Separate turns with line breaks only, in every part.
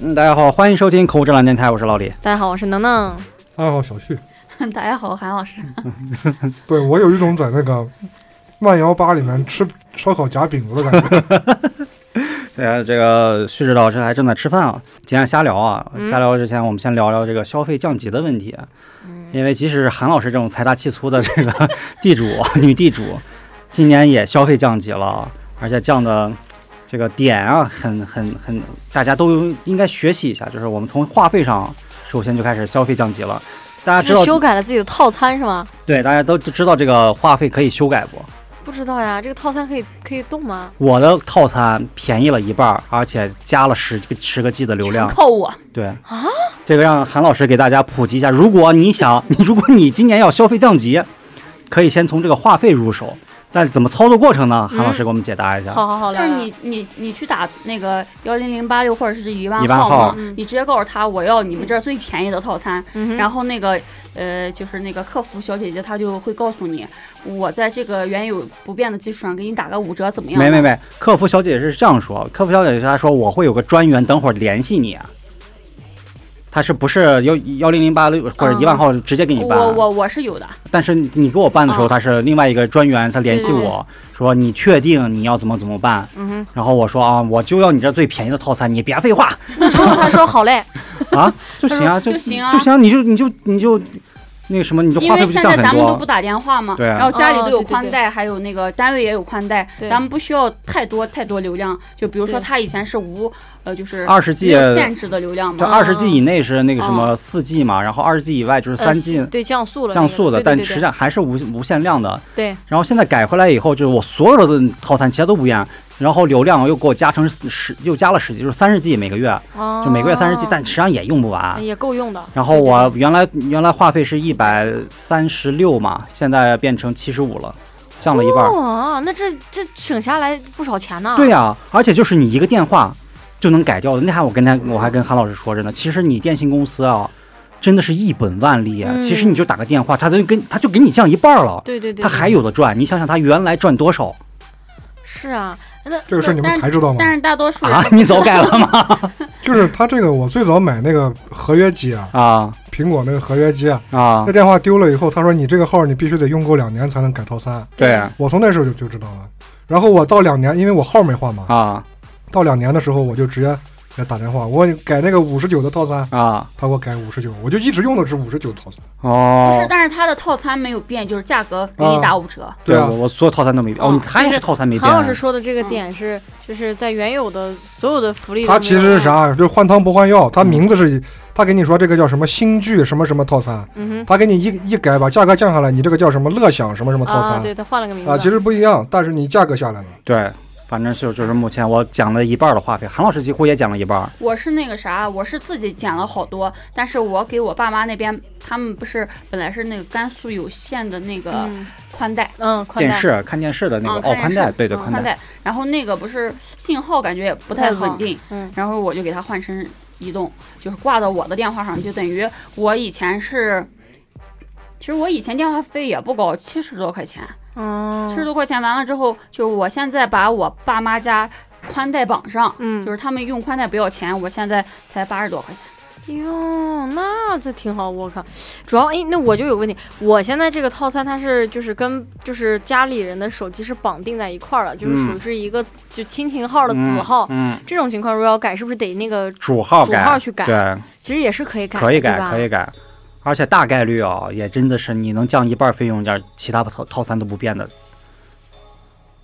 嗯，大家好，欢迎收听口无遮拦电台，我是老李。
大家好，我是能能。
大家好，小旭。
大家好，韩老师。
对我有一种在那个慢摇吧里面吃烧烤夹饼子的感 觉。
对啊，这个旭指导师还正在吃饭啊，今天瞎聊啊。
嗯
瞎聊之前，我们先聊聊这个消费降级的问题，啊
嗯，
因为即使是韩老师这种财大气粗的这个 地主女地主，今年也消费降级了，啊而且降的这个点啊，很很很，大家都应该学习一下，就是我们从话费上首先就开始消费降级了。大家知
就
道
是修改了自己的套餐是吗？
对，大家都知道这个话费可以修改不？
不知道呀，这个套餐可以可以动吗？
我的套餐便宜了一半儿，而且加了十个十个 G 的流量
全。靠我。
对啊，这个让韩老师给大家普及一下。如果你想， 你如果你今年要消费降级，可以先从这个话费入手。但怎么操作过程呢？韩老师给我们解答一下。
好好好，
就是
来来
你你你去打那个幺零零八六或者是一万
1万号
嘛，
嗯
你直接告诉他我要你们这儿最便宜的套餐，
嗯哼
然后那个呃就是那个客服小姐姐她就会告诉你，我在这个原有不变的基础上给你打个五折怎么样？
没没，没，客服小姐姐是这样说，客服小姐姐她说我会有个专员，等会儿联系你。啊她是不是幺幺零零八六或者
嗯
一万号直接给你办？啊
我我我是有的，
但是你给我办的时候，
哦
他是另外一个专员，他联系
对对
我说你确定你要怎么怎么办？
嗯哼，
然后我说啊，我就要你这最便宜的套餐，你别废 话
那时候他说好嘞，
啊，就行啊，就
他说就行啊
就行啊，你就你就你就那个什么，你就
因
话费
为
不就
现
降
在咱
很
们都不
多？
打电话嘛，
对啊
然后家
哦
里都
对
有
对对
宽带，还有那个单位也有宽带，
对
咱们不需要太多太多流量，就比如说
对
他以前是无呃就是
二十 G，
没有限
这
制的流量嘛，
二十 G 以内是那个什么四 G 嘛，然后二十 G 以外就是
呃
三 G
对降速了那个，
降速的，
对对
但
对
实际上还是无无限量的。
对
然后现在改回来以后，就是我所有的套餐其他都不一样，然后流量又给我加成十，又加了十 G，就是三十 G 每个月，
对，
就每个月三十 G，
哦哎
但实际上也用不完。
也够用的。
然后
对对
我
对
原来原来话费是一百三十六嘛，现在变成七十五了，降了一半儿。
哇，那这这省下来不少钱呢。
对呀、而且就是你一个电话就能改掉的。那还我跟他我还跟韩老师说着呢，其实你电信公司啊，真的是一本万利啊。
嗯
其实你就打个电话，他就跟他就给你降一半儿了，
对对对，
他还有的赚。你想想他原来赚多少
是啊，那
这个事儿你们才知道吗
但？是大多数人
啊？ 你早改 了吗？
就是他这个，我最早买那个合约机啊，
啊
苹果那个合约机啊，
啊
那，电话丢了以后，他说你这个号你必须得用够两年才能改套餐。
对啊
我从那时候就就知道了。然后我到两年，因为我号没换嘛，
啊
到两年的时候我就直接给他打电话，我改那个五十九的套餐，
啊
他给我改五十九，我就一直用的是五十九套餐。
不是，
哦。
但是它的套餐没有变，就是价格
嗯
给你打五折。
对
对啊
我我所有套餐都没变哦，
嗯
你他也是套餐没变
韩
啊。
老师说的这个点是，就是在原有的所有的福利都没
他
有
其实是
了？
啥？就换汤不换药，他名字是，他给你说这个叫什么新剧什么什么套餐，
嗯
他给你一一改把价格降下来，你这个叫什么乐享什么什么
哼，
套餐
啊，对他换了个名字
啊其实不一样，但是你价格下来了。
对，反正就就是目前我讲了一半儿的话费，韩老师几乎也讲了一半儿。
我是那个啥，我是自己减了好多，但是我给我爸妈那边，他们不是本来是那个甘肃有线的那个
嗯
宽带，
嗯，宽
电
带
视看电视的那个
嗯
哦，
看
宽
电视
带，对对，
嗯
宽
宽
带。
带，然后那个不是信号感觉也不太稳定，
嗯
然后我就给它换成移动，就是挂到我的电话上，就等于我以前是。其实我以前电话费也不高，七十多块钱，
嗯，
七十多块钱完了之后，就我现在把我爸妈家宽带绑上，
嗯，
就是他们用宽带不要钱，我现在才八十多块钱。
哟，那这挺好，我靠！主要哎，那我就有问题，我现在这个套餐它是就是跟就是家里人的手机是绑定在一块儿了，就是
嗯
属于是一个就亲情号的
嗯
子号。
嗯，
这种情况如果要改，是不是得那个？
主号
主
改，
号去改
对，
其实也是可以改的，
可以
对
改，
吧
可以改。而且大概率啊、也真的是你能降一半费用，点其他套套餐都不变的。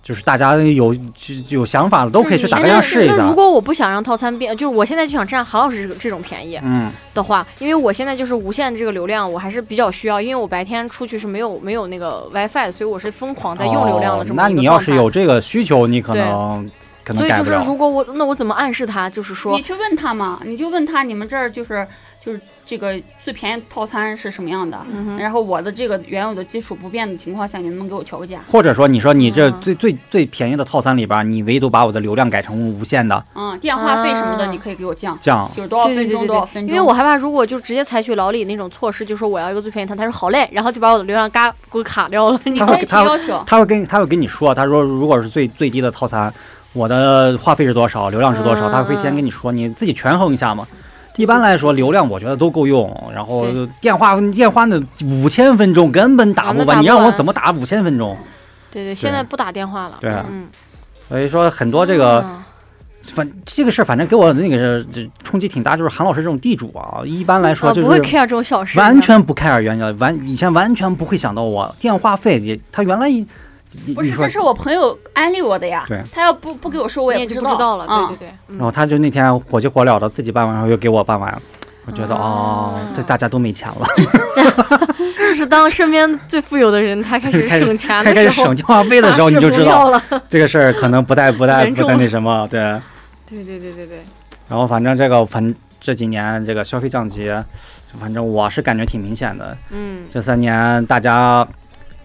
就是大家有就有想法的都可以去打
哎
个
那
样试一
那
下
如。果我不想让套餐变，就是我现在就想占韩老师这种便宜
嗯，
的话，因为我现在就是无线这个流量，我还是比较需要，因为我白天出去是没有没有那个 WiFi，所以我是疯狂在嗯用流量的这
哦。
么
那
一个状态。
你要是有这个需求，你可能可能
所以
改
就
不
是
了。
如果我那我怎么暗示他，就是说
你去问他嘛，你就问他你们这儿就是就是这个最便宜套餐是什么样的，
嗯哼，
然后我的这个原有的基础不变的情况下，你能不能给我调个价？
或者说，你说你这
嗯
最最最便宜的套餐里边，你唯独把我的流量改成无限的
嗯，电话费什么的
啊
你可以给我降，
降，
就是多少
对对
分
对
钟
对
多少
对，
分
因
钟。
为我害怕如果就直接采取老李那种措施，就说我要一个最便宜套餐，他说好嘞，然后就把我的流量嘎给我卡掉了。
你
他会
可以提
他会
要求，
他会跟他会跟你说，他说如果是最最低的套餐，我的话费是多少，流量是多少，
嗯
它会先跟你说，你自己权衡一下嘛。一般来说，流量我觉得都够用，然后
对
电话电话那五千分钟根本打不
根本打不
完，你让我
完
怎么打五千分钟？
对对，现在不打电话了。
对啊
嗯，
所以说很多这个
嗯
反这个事儿，反正给我那个是这冲击挺大，就是韩老师这种地主啊，一般来说
啊
就
不会
是
care 这种小事，
完。全不 care 原价，完以前完全不会想到我电话费也，他原来一你
不
你
是，
说
这是我朋友安利我的呀
对。
他要不不给我说，我
你
也
也就
知
不知道了，
嗯
对对对，
然
嗯，
后他就那天火急火燎的自己办完，然后又给我办完，我觉得
啊
哦，这大家都没钱了，
就是当身边最富有的人他开始
开始
省钱
开
的
始
时
省
候，
电话费的时候，
啥
你
事
就
不
知
要
道
了。
这个事儿可能不太不太
严
不
重
太那
了
什么，对。
对对对对对，
然后反正这个反这几年这个消费降级，反正我是感觉挺明显的。
嗯，
这三年大家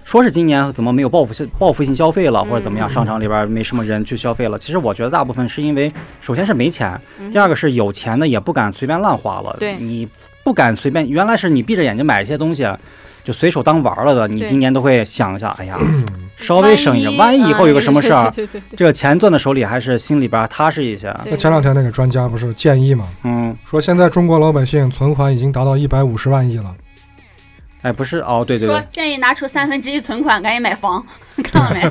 说是今年怎么没有报复性报复性消费了，或者怎
嗯
么样，商场里边没什么人去消费了。其实我觉得大部分是因为，首先是没钱，
嗯
第二个是有钱的也不敢随便乱花了。
对
你不敢随便，原来是你闭着眼睛买一些东西。就随手当玩儿了的，你
对
今年都会想一下，哎呀，稍微省一省，万
万
一以后有个什么事儿，
啊对对对对对
这个钱攥在手里还是心里边踏实一些。
对
那前两天那个专家不是建议嘛，
嗯，
说现在中国老百姓存款已经达到一百五十万亿了，
哎，不是哦，对对
说
对，
建议拿出三分之一存款，赶紧买房， 看到没？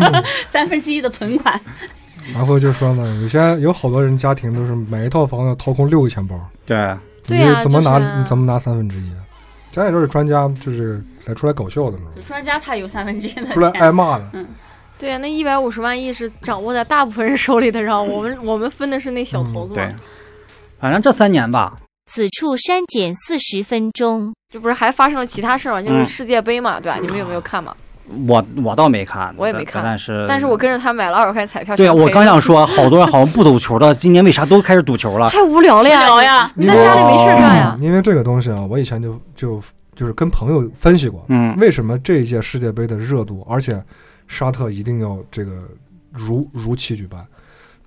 三分之一的存款，
嗯
然后就说呢，有些有好多人家庭都是买一套房要掏空六个钱包，
对，
对
你
呀
这怎么拿、
就是啊
你怎么拿三分之一？咱也就是专家就是来出来搞笑的那种，
就专家他有三分之一的
出来
钱，
挨骂的。
对啊，那一百五十万亿是掌握在大部分人手里的，然后我们我们分的是那小头子嘛，
嗯对，反正这三年吧，
此处删减四十分钟。
这不是还发生了其他事儿嘛，就是
嗯
世界杯嘛，对吧？你们有没有看嘛？
我我倒没看，
我也没
但
看
但是
但是我跟着他买了二百块钱彩票，
嗯对啊，
全赔
我刚
了
想啊说，好多人好像不赌球的，今年为啥都开始赌球了？
太无聊了呀，
无聊呀
你你在家里没事儿干呀，
嗯因为这个东西啊，我以前就就就是跟朋友分析过，
嗯，
为什么这一届世界杯的热度，而且沙特一定要这个如如期举办，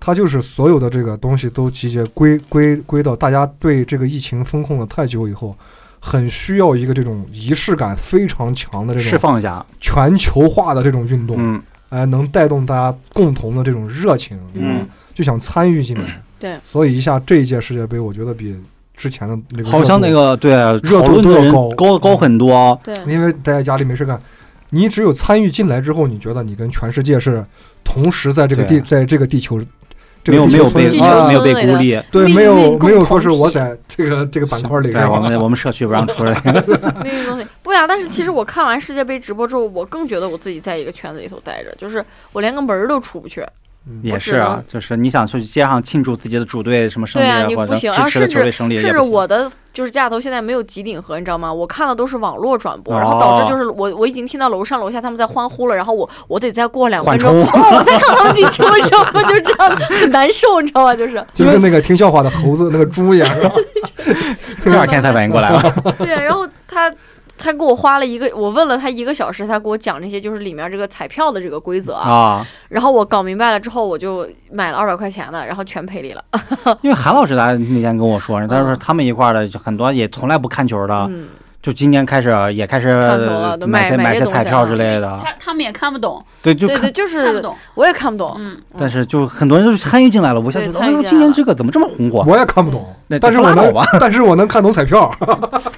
它就是所有的这个东西都集结归归归到大家对这个疫情风控了太久以后，很需要一个这种仪式感非常强的这
释
种
放一下，
全球化的这种运动，
嗯，
哎、能带动大家共同的这种热情，
嗯，
就想参与进来。
对，
所以一下这一届世界杯，我觉得比之前的那个
好像
热
那
度
个对
热
讨论
度都
的
要
人
高
高高很多，啊
对，
因为待在家里没事干，你只有参与进来之后，你觉得你跟全世界是同时在这个地，
对啊
在这个地球，这
没
个
有没有
村
被
地球
啊
村
没有被
类的
孤立。
对，
命
没有
运共
没有说
同
是我
体
在这个这个板块里
对，
边，
我们我们社区不让出来。
没运动类，不呀。但是其实我看完世界杯直播之后，我更觉得我自己在一个圈子里头待着，就是我连个门儿都出不去。
嗯
也是啊，就是你想去街上庆祝自己的主队什么胜利
对啊
了，
你
或
不
者
行
支
啊
持的
甚
球队胜利也不
甚
行，
至我的就是架头现在没有极顶盒，你知道吗？我看的都是网络转播，然后
哦
导致就是我我已经听到楼上楼下他们在欢呼了，然后我我得再过两分
缓
钟，
冲
哦，我再看他们进球，你知道吗？就是这样很难受，你知道 吗？就是
就跟那个听笑话的猴子那个猪一样，
第二天才反应过来 了。
对，然后他。他给我花了一个，我问了他一个小时，他给我讲这些就是里面这个彩票的这个规则啊。
啊，
然后我搞明白了之后，我就买了二百块钱的，然后全赔礼了。
因为韩老师他那天跟我说，他说他们一块儿的就很多也从来不看球的，
嗯，
就今年开始也开始
看球了都买
买些
买
买
这
些
东
彩
西
票
了
之类的，
他他们也看不懂，
对，就
对
看。
对，就
看
是
不
哦
懂，
我也看不懂。
嗯，
但是就很多人就参与进来了，我一下
对
觉得，
参
哎
与
呦，
进
今
来
年
了
这个怎么这么红火？
我也看不懂，
那
但是
拉
我
倒
能
吧，
但是我能看懂彩票，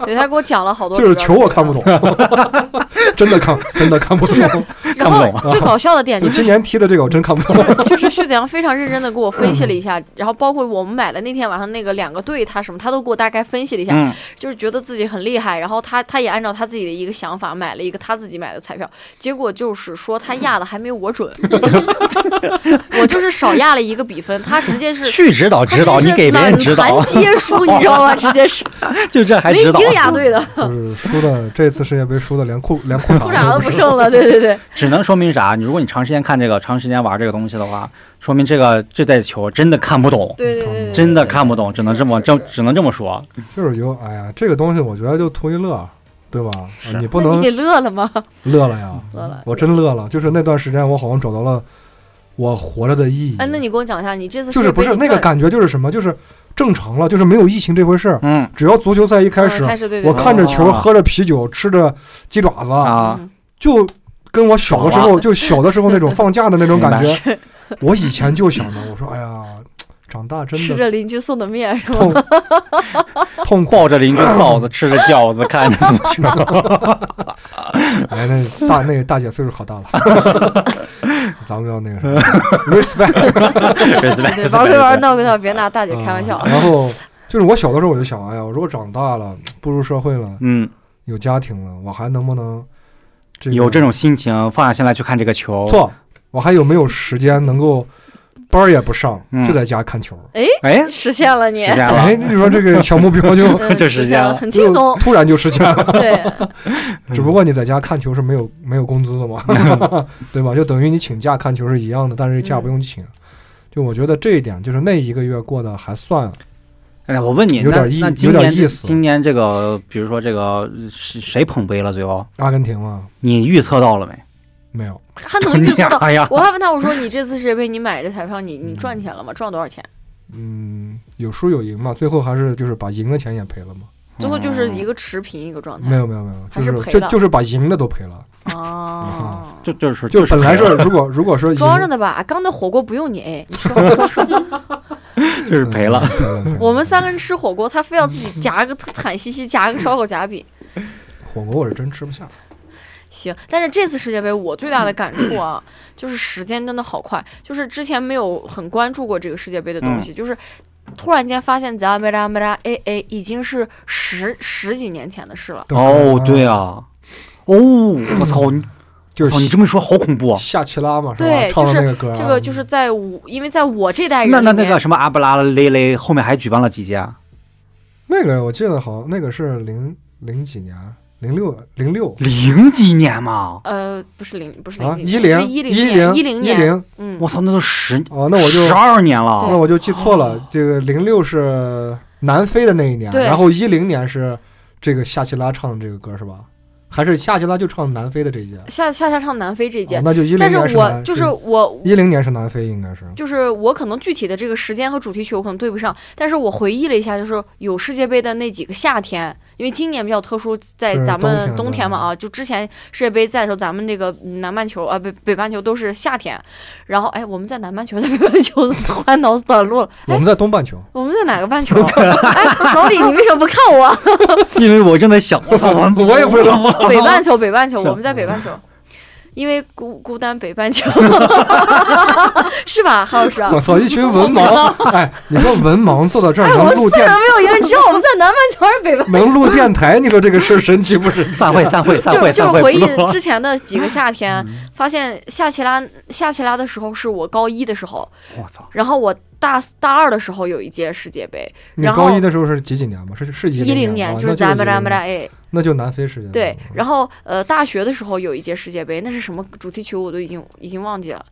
对他给我讲了好多
就
里
是
边
球
的这个，
我看不懂， 真的看真的看不懂，
然
看不
后
懂
最搞笑的点
就
就
今
是，
年踢的这个我真看不懂，
就是旭子阳非常认真的给我分析了
嗯
一下，然后包括我们买的那天晚上那个两个队，他什么他都给我大概分析了一下，
嗯，
就是觉得自己很厉害，然后他他也按照他自己的一个想法买了一个他自己买的彩票，结果就是说他压的还没 我准，我就是少压了一个比分，他直接是。
去指导
他
指导，
直
你
接是
给别人
满
指导
盘，皆输，你知道吗？直接是
就这 还
没
指导
一，个压对的，
就是输的这次世界杯输的连裤连裤
裤
衩
衩
都
都
不
不
剩
剩了。对对对，
只能说明啥？你如果你长时间看这个，长时间玩这个东西的话，说明这个这代球真的看不懂，
对对对对，
真的看不懂，只能这么
是
这
是
只能这么说。
就是有，哎呀，这个东西我觉得就图一乐，对吧？啊
是
你不
那
能
你给乐了吗？
乐了呀！
乐了。
我真乐了，就是那段时间我好像找到了我活着的意义。
哎，那你给我讲一下，你这次
就是不是那个感觉就是什么？就是正常了，就是没有疫情这回事儿。
嗯
只要足球赛一
开
开
嗯
始，
哦
啊
开始对对
我
对
看着球，
哦
喝着啤酒，吃着鸡爪子，
啊，
嗯
就跟我小的时
爽
候就小的时候那种放假的那种感觉。我以前就想着，我说哎呀，长大真
吃
的
着邻居送的面 是吧？
痛 痛苦。
抱着邻居嫂子吃着饺子，看着怎么去。
哎，那大那个大姐岁数好大了，咱们要那 个什么 respect。
对
对， 哦玩归玩，闹归闹，别拿大姐开玩笑
啊。然后就是我小的时候我就想，哎呀，我如果长大了，步入社会了，
嗯，
有家庭了，我还能不能这个
有这种心情，放下心来去看这个球。
错？我还有没有时间能够班儿也不上，
嗯
就在家看球？
哎，
实现了你
时，间
哎，
了，
你说这个小目标就
嗯
这实
实现
现
了，
了
很 轻松
就。突然就实现了。
对，
只不过
嗯
你在家看球是没有没有工资的嘛， 对吧？就等于你请假看球是一样的，但是假
嗯
不用请。就我觉得这一点，就是那一个月过得还算
哎，我问你，
有
那
点意
那今
有
年
点意思
今年这个，比如说这个是谁捧杯了？最后
阿根廷嘛，
你预测到了没？
没有。
他能预 测到。
哎呀，
我还问他，我说你这次世界杯你买这彩票，你你赚钱了吗？赚多少钱？
嗯，有输有赢嘛，最后还是就是把赢的钱也赔了嘛。
最后就是一个持平一个状态。
没有没有没有，
嗯还
就是是
赔
就
了
就是把赢的都赔了。
哦，
就就是
就本来
赔
是
了
如果如 果说赢
装着呢吧？刚的火锅不用你哎 A，
就是赔了，
嗯。赔了赔了
我们三个人吃火锅，他非要自己夹个惨兮兮夹个烧烤夹饼。
火锅我是真吃不
哦
下。
行，但是这次世界杯我最大的感触啊，
嗯
就是时间真的好快，就是之前没有很关注过这个世界杯的
嗯
东西，就是突然间发现咱们拉梅拉 A A 已经是十十几年前的事了。
哦，对，啊，哦，我操，你
就
操，
是
你这么一说好恐怖啊。
夏奇拉嘛，是吧？
对
唱的
就是
那个歌啊，
这个就是在我，因为在我这代人
那那
里
那
面
个什么阿布拉雷雷后面还举办了几届啊？
那个，我记得好像那个是零零几年，零六零六
零几年嘛，
呃，不是零，不是零
啊，
几
一
年，
零
是一零
零
年，一
零
零年，
零
嗯，
我操，那都十
哦，那我就
十二年了
那。我就记错了，这个零六是南非的那一年，
哦对
然后一零年是这个夏奇拉唱的这个歌是吧？还是夏奇拉就唱南非的这一届？
下下下唱南非这届
哦，那就一零
但
年嗯
我就是哎我。
一零年是南非，应该是
就是我可能具体的这个时间和主题曲我可能对不上，但是我回忆了一下，就是有世界杯的那几个夏天，因为今年比较特殊，在
是
咱们
冬天嗯
冬天嘛
对
啊，就之前世界杯在的时候，咱们这个嗯南半球啊北北半球都是夏天，然后哎我们在南半球，在北半球怎么突然脑子短路了？
我
哎
们在东半球，
我们在哪个半 球？哎老李你为什么不看我？
因为我正在想，我操，我
我也不知 道，
北半球，北半球，
是
我们在北半球，因为孤孤单北半 球，是吧，郝老师？啊
我操，一群文盲！哎，你说文盲坐到这儿
哎，我
能
们
录
四个
电
人没有一个人知道我们在南半球还是北半球。
能录电台，你说这个事儿神奇不神奇？
散会散会散
就
会
就
散会，
是回
不
忆
录了
之前的几个夏天，发现夏奇拉夏奇拉的时候是我高一的时候，
我操，
然后我大大二的时候有一届世界杯，
你
然后
高一的时候是几几年吧？是是
一零
零
年
啊
就是
那
咱们咱
10
们
年
咱哎，
那就南非世界
对，然
后
后呃大学的时候有一届世界杯，那是什么主题曲我都已经已经忘记了，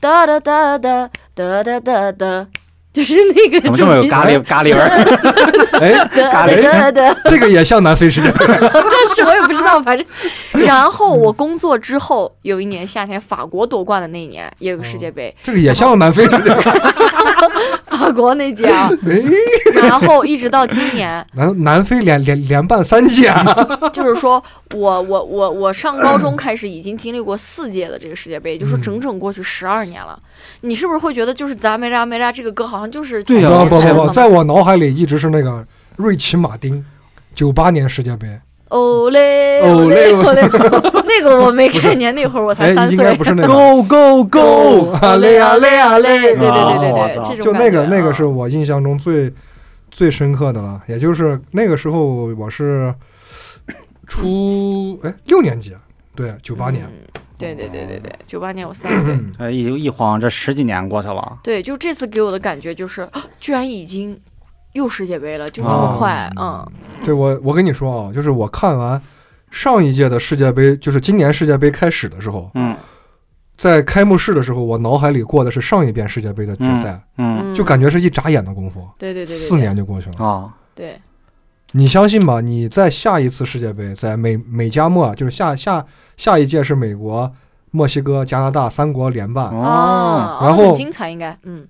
哒哒哒哒哒哒哒哒，就是那个
怎
主
么
题
这么有
曲。
咖喱咖喱味 儿？
哎，
哒
咖喱
哒哒，
这个也像南非世界杯，
但是我也不知道，反正。然后我工作之后，有一年夏天，法国夺冠的那一年也有个世界杯，
这个也像南非世界杯。
法国那届啊。
哎，
然后一直到今年，
南南非连连连办三届啊！
就是说我我我我上高中开始已经经历过四届的这个世界杯，就是整整过去十二年了。你是不是会觉得就是咱没啥没啥这个歌好像就是
对
前
呀
几
不
年
不
才有
不，
的
在我脑海里一直是那个瑞奇马丁，九八年世界杯，
哦嘞
哦
嘞
嘞
哦嘞，那个我没概念，那会儿我
哎
才三，
应该
岁
不。是那个，
Go Go Go！
啊嘞啊嘞啊嘞！对对对对
啊
对，
我操
这种
就那个
感觉
那个
啊
是我印象中最最深刻的了，也就是那个时候我是初哎六年级，对，九八年，
嗯对对对对对，九八年我三岁。
哎，一一晃这十几年过去了，
对，就这次给我的感觉就是，啊居然已经又世界杯了，就这么
哦
啊
快，嗯，
对我，我跟你说啊，就是我看完上一届的世界杯，就是今年世界杯开始的时候，
嗯
在开幕式的时候，我脑海里过的是上一遍世界杯的决赛，
嗯
就感觉是一眨眼的功夫，
对对对对，
四年就过
嗯
去了。
啊，
对，
你相信吧？你在下一次世界杯，在美美加墨，就是下下下一届是美国、墨西哥、加拿大三国联办，
对
哦，
啊，
然
啊很
后
精彩应该，嗯，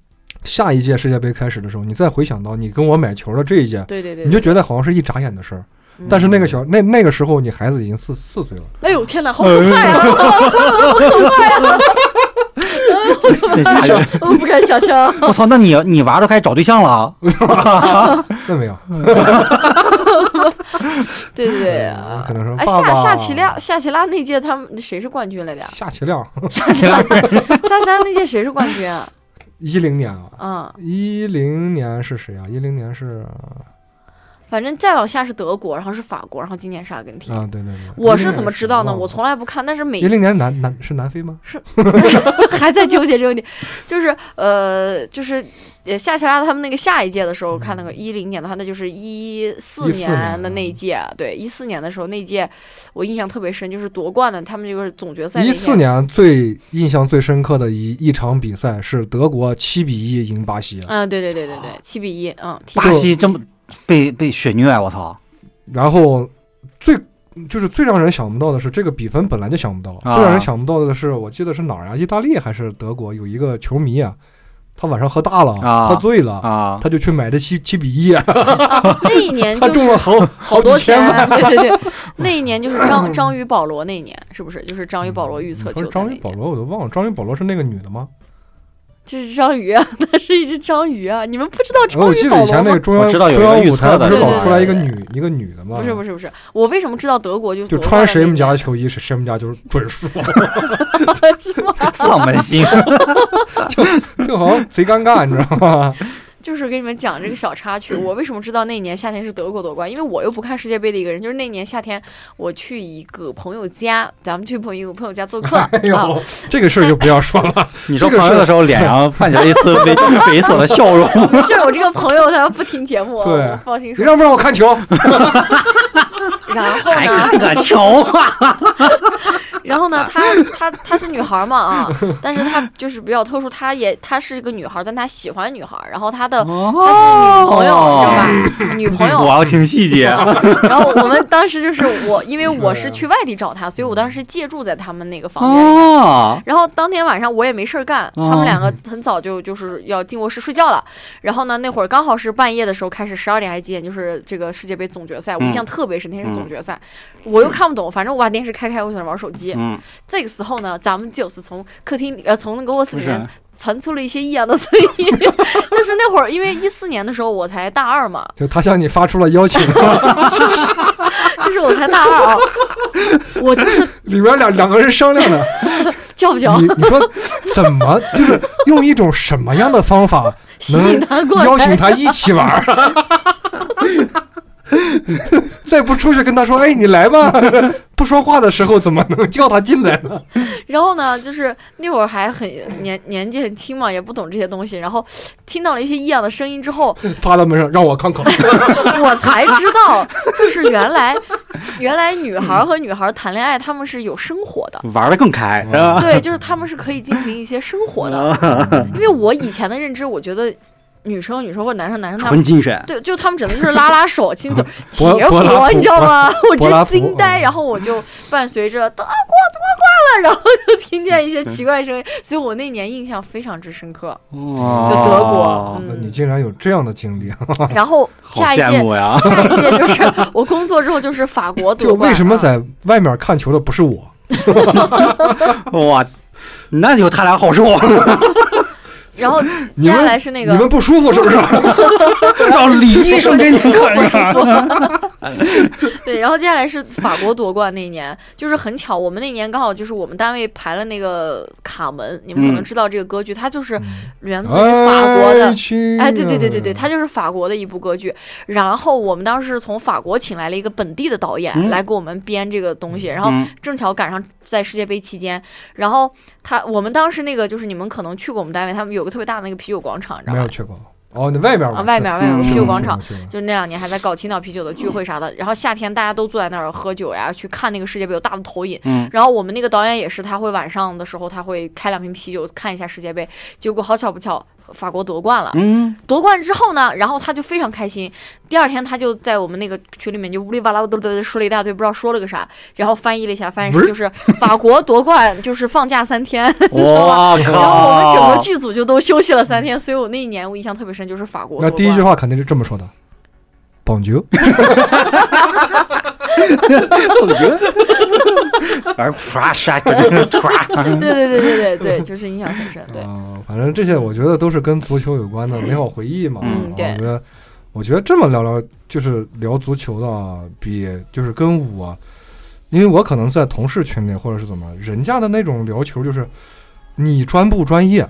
下一届世界杯开始的时候，你再回想到你跟我买球的这一届。
对对对，
你就觉得好像是一眨眼的事儿，
嗯
但是那个小那那个时候你孩子已经四四岁了，
啊
哎
哎呦天哪，好可怕呀，好可怕呀！
这吓人！
我不敢想 象。
我操，那你你娃都开始找对象了？啊
那没有，
对对 对
我
啊
可！能说
哎，
爸
夏
爸
夏奇亮、夏奇拉那届他们谁是冠军来着？
夏奇亮，
夏奇拉，夏奇拉那届谁是冠军啊？
一零年啊，
嗯，
一零年是谁啊？一零年是
反正再往下是德国，然后是法国，然后今年是阿根廷。
啊，对对对，
我是怎么知道呢？我从
来
来不看，但是每
一零年南南是南非吗？
还在纠结这个问题，就是呃，就是呃，夏奇拉他们那个下一届的时候看那个一零年的话，那就是一四
14
年
嗯年嗯
的那一届，对，一四年的时候那一届我印象特别深，就是夺冠的，他们就是总决赛那
一
天
四年最印象最深刻的一一场比赛是德国七比一赢巴西，
嗯，对对对对对，七比一，嗯，踢
巴西这么被被血虐，啊我操！
然后最就是最让人想不到的是，这个比分本来就想不到，
啊
最让人想不到的是，我记得是哪儿啊？意大利还是德国？有一个球迷啊，他晚上喝大了，
啊
喝醉了。
啊，
他就去买这七七比一，
啊，那一年
他
就
中
是
了好
好
好
多
几
钱啊
千万。，
对 对对，那一年就是章章鱼保罗那一年，是不是？就是章鱼保罗预测
嗯
就
不
是在
章
那
鱼
一
保
年，
罗，我都忘了，章鱼保罗是那个女的吗？
这是章鱼啊， 那是一只章鱼啊，你们不知道
然后哎我
章
记
鱼
得
保
以
罗
前那个
吗？
中
我
央
知道有
中
一个
央
预
舞台
测
不
的
是
对
老
对
出来一个
对
女一个女的吗？
不是不是不是，我为什么知道德国就
就
夺
穿
冠
谁
那
们家的
年
球衣，谁谁们家就是准输，
是吗？
丧门星，
就哎好像贼尴尬，你知道吗？
就是给你们讲这个小插曲，我为什么知道那一年夏天是德国夺冠？因为我又不看世界杯的一个人，就是那年夏天我去一个朋友家，咱们去朋友朋友家做客
哎
啊，
呦，这个事儿就不要说 了。
你说
这个
朋
是
友的时候，脸上泛起了一丝 猥猥琐的笑 容。
就是我这个朋友他不听节目，
对
我放心
你
说。
让不让我看球？
然后
还
呢，
看个球啊！
然后呢，她她她是女孩嘛啊，但是她就是比较特殊，她也她是个女孩，但她喜欢女孩，然后她的她是女朋友，
哦
你知道吧？女 朋友
我要听细节。
然后 我们当时就是我，因为我
啊
是去外地找他，所以我当时是借住在他们那个房间里。
哦，
然后当天晚上我也没事儿干，他们两
嗯
个很早就就是要进卧室睡觉了。然后呢，那会儿刚好是半夜的时候开始，十二点还是几点？就是这个世界杯总决赛，我印
嗯
象特别深，那天是总决赛，我又看不懂，反正我把电视开开，我想玩手机。
嗯，
这个时候呢，咱们就是从客厅里呃从那个卧室
不
里
是
面。传出了一些异样的声音， 就是那会儿，因为一四年的时候我才大二嘛，
就他向你发出了邀请，
就是我才大二啊，我就是
里面两两个人商 量的，
叫不叫
你你说怎么就是用一种什么样的方法
吸引他过来？
邀请他一起玩儿？ 再不出去跟他说，哎，你来吧。 不说话的时候怎么能叫他进来呢？
然后呢，就是那会儿还很年年纪很轻嘛，也不懂这些东西。然后听到了一些异样的声音之后，
趴到门上让我看看。
我才知道，就是原来 原来女孩儿和女孩儿谈恋爱，她们是有生活的。
嗯玩的更开是 吧？
对，就是她们是可以进行一些生活
嗯
的。因为我以前的认知，我觉得女生和女生或者男生和男生他们。
纯精神。
对，就他们只能就是拉拉手、亲 嘴，结
柏柏拉
果
图
你知道吗？ 我
柏拉
真
图
惊呆，
嗯
然后我就伴随着德国夺冠了，然后就听见一些奇怪声音，所以我那年印象非常之深刻，就
哦
德国。
你
嗯，
竟然有这样的经历，啊
然后
好
下一
羡
届。
慕 呀！
下一届就是 我工作之后就是法国夺
就
冠啊，
为什么在外面看球的不是我？
哇，那就他俩好 受，
然后接
你
下
们
来是那
你们
个
不舒服是不是？
让李医生 给你看一看。
对，然后接下来是法国夺冠那一年，就是很巧，我们那年刚好就是我们单位排了那个《卡门》，你们可能
嗯
知道这个歌剧，它就是
嗯
源自于法国的
爱情
哎，对对对对对，
啊
它就是法国的一部歌剧。然后我们当时是从法国请来了一个本地的导演、
嗯
来给我们编这个东西，然后
嗯
正巧赶上在世界杯期间，然后他我们当时那个就是你们可能去过我们单位，他们有个特别大的那个啤酒广场，你知
没
道
有
吗？
去过。哦，你外面
啊，
吧
外面外面有
嗯
个啤
去
酒
过
广场。
去过去过
就是那两年还在搞青岛啤酒的聚会啥的，然后夏天大家都坐在那儿喝酒呀，去看那个世界杯有大的投影。
嗯，
然后我们那个导演也是，他会晚上的时候他会开两瓶啤酒看一下世界杯，结果好巧不巧，法国夺冠了。
嗯，
夺冠之后呢，然后他就非常开心。第二天他就在我们那个群里面就呜里哇啦嘚嘚嘚说了一大堆，不知道说了个啥，然后翻译了一下，翻译
不
是
是
就是法国夺冠就是放假三 天，
我嗯靠！
然后我们整个剧组就都休息了三天，所以我那一年我印象特别深，就是法国
那
夺
第一句
冠。
话肯定是这么说的。棒球，
我觉得反正唰唰唰，
对对对对对对，就是印象很深。对，
啊，反正这些我觉得都是跟足球有关的美好回忆嘛。
嗯
啊
对
我觉得，我觉得这么聊聊，就是聊足球的啊，比就是跟我，因为我可能在同事群里或者是怎么，人家的那种聊球就是你专不专业，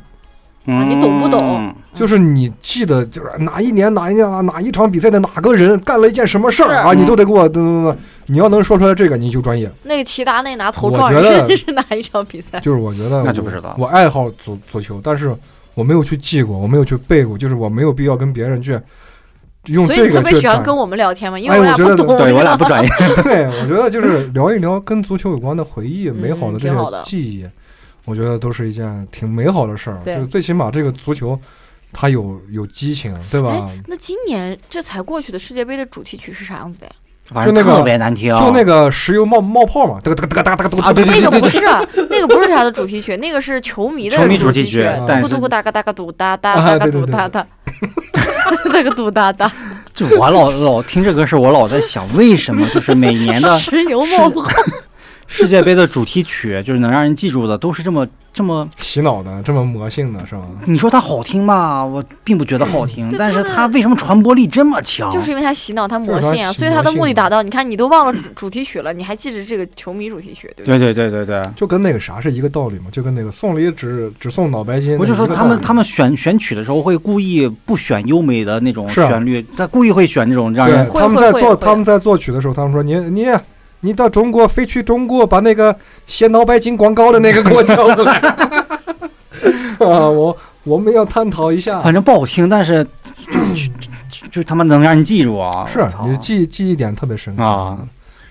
嗯
你懂不懂？
就是你记得就是哪一年哪一年啊哪一场比赛的哪个人干了一件什么事儿啊，
是
你都得给我等等等，你要能说出来这个，你就 专业。
那个齐达内拿头
我
撞
觉
人
得
是是哪一场比赛？
就是我觉得
那就不
我
知道
我爱好足足球，但是我没有去记过，我没有去背过，就是我没有必要跟别人去用
所以
这
你特
个
别
去
喜欢
展。
跟我们聊天嘛，因
哎
为俩
我觉
不
得
懂，
对我俩不专业，
对，我觉得就是聊一聊跟足球有关的回忆，
嗯
美好的这
挺好的
些记忆，我觉得都是一件挺美好的事儿。
对
就是最起码这个足球，它有有激情，对吧？
那今年这才过去的世界杯的主题曲是啥样子的呀？
反正
就那个
特别难听，
就那个石油冒冒泡嘛，嘚个嘚个嘚个嘚个嘚
啊
个
对
嘚
对
那个不是，那个不是他的主题曲，那个是球迷的
球迷主
题
题曲
但
嘟咕
是
嘟咕哒嘎哒嘎嘟哒哒
啊
哒嘎
对对
嘟
对
哒哒，那个嘟哒哒，
就我老老听这歌时，我老在想，为什么就是每年的
石油冒泡，
世界杯的主题曲，就是能让人记住的，都是这么这么。
洗脑的，这么魔性的是吧？
你说它好听吧，我并不觉得好听，
对
但是
它的
它为什么传播力这么强？
就是因为他洗脑，他魔
就是
性
他
啊，
洗
所以他的
魔性
目的
嘛
达到。你看，你都忘了主主题曲了，你还记着这个球迷主题曲，对不对？
对对对对对。
就跟那个啥是一个道理嘛，就跟那个送礼只只送脑白金。
我就说他们他
们
们选选曲的时候会故意不选优美的那种
是啊
旋律，他故意会选这种让
对
人
会
他们
会
在
会
做
会
他们在作曲的时候，他们说你你你到中国非去中国把那个写脑白金广告的那个给我叫过来。啊，我我们要探讨一 下。
反正不好听，但是就就就就他妈能让人记住啊！
是
我操
你的记记忆点特别深刻
啊，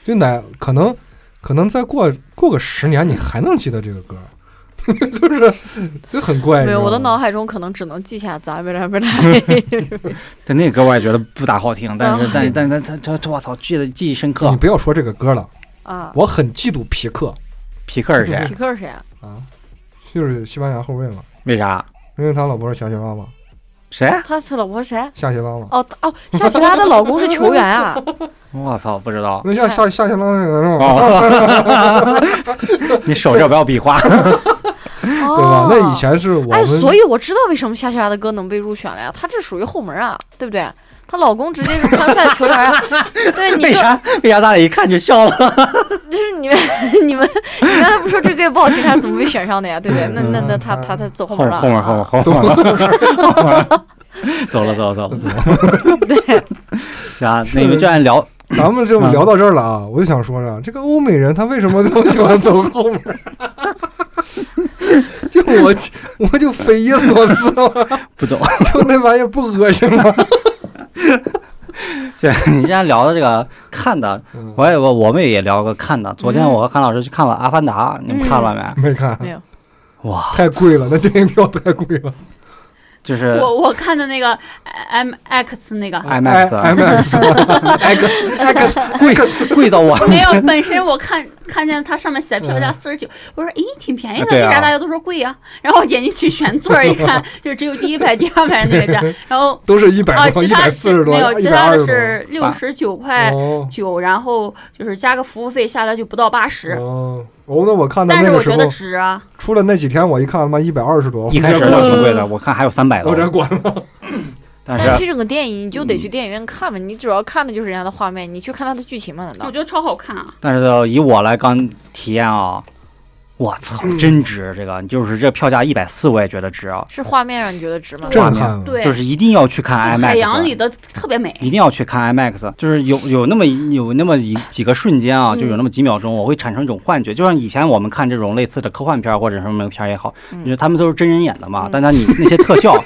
就哪可能可能再过过个十年，你还能记得这个歌， 就是就很怪。
没有，
你知道
我的
吗
脑海中可能只能记下咱们来不 来，就是
对那个歌我也觉得不咋好听，但是
啊
但但但他他我操记得记忆深
你
刻。
不要说这个歌了，
啊。
我很嫉妒皮克
皮克是谁
皮？克是谁啊？
啊，就是西班牙后卫嘛，
为啥？
因为他老婆是夏奇拉嘛，
谁？
他他老婆是谁？
夏奇拉嘛。
哦 哦，夏奇拉的老公是球员啊！
我操，不知
哦
道。
那像夏夏奇拉那个是吧？
哦， 你手这不要比划。
哦，
对吧？那以前是我
哎，所
们
以我知道为什么夏夏的歌能被入选了呀，她这属于后门啊，对不对？她老公直接是参赛球员啊， 对，你
为
这
啥？为啥咱俩一看就笑了？
就是你们你们你刚才不说这歌也不好听，她是怎么被选上的呀？对不对？那那那她她她走后
嗯后后
门了啊，
面后面后面后面，后面 走了走了走 了走了。
对，
是啊，那你们就按聊
咱们就聊到这儿了啊，我就想说呢，这个欧美人他为什么总喜欢走后门儿？ 就我我就匪夷所思了，
不懂。
就那玩意儿不恶心吗？
对，你既然聊到这个看的，
嗯
我也我我们也聊个看的。昨天
嗯
我和韩老师去看了《阿凡达》，你们看了没？
没看，
啊没
嗯
有，
哇，
太贵了，那电影票太贵了。
就是
我我看的那个 M X 那
嗯
个
IMAX
哎
啊
IMAX，X X
贵贵到我，
没有， 本身我看看见它上面写票
嗯
价四十九，我说诶挺便宜的，
对
为
啊
啥大家都说贵呀、然后点进去选座儿 一看，就只有第一排、第二排那个价，然后
都是啊一
啊，
百多、
其
一
他
百
其
四十
没
多、
有，
一
其
百
他
二
的
十多。
是六十九块
哦
九，然后就是加个服务费，下来就不到八十。
哦，哦，那我看到
但
那
是
个
我
时
觉
候
得值啊，
出了那几天，我一看他妈一百二十多，
一开始就挺贵的，我看还有三百
我这
的，
管了。
但
但
是啊嗯
这整个电影你就得去电影院看嘛，你主要看的就是人家的画面，你去看它的剧情嘛？难
我
道
觉得超好看啊！
但是以我来刚体验啊，我操，
嗯
真值！这个就是这票价一百四，我也觉得值啊，
是画面让你觉得值吗？
震撼，
对，
就是一定要去看
就海洋
IMAX 啊
里。的特别美。
一定要去看 IMAX，就是有有那么一有那么一几个瞬间啊，
嗯
就有那么几秒钟，我会产生一种幻觉，就像以前我们看这种类似的科幻片儿或者什么片儿也好，
嗯
就是他们都是真人演的嘛
嗯，
但他你那些特 效，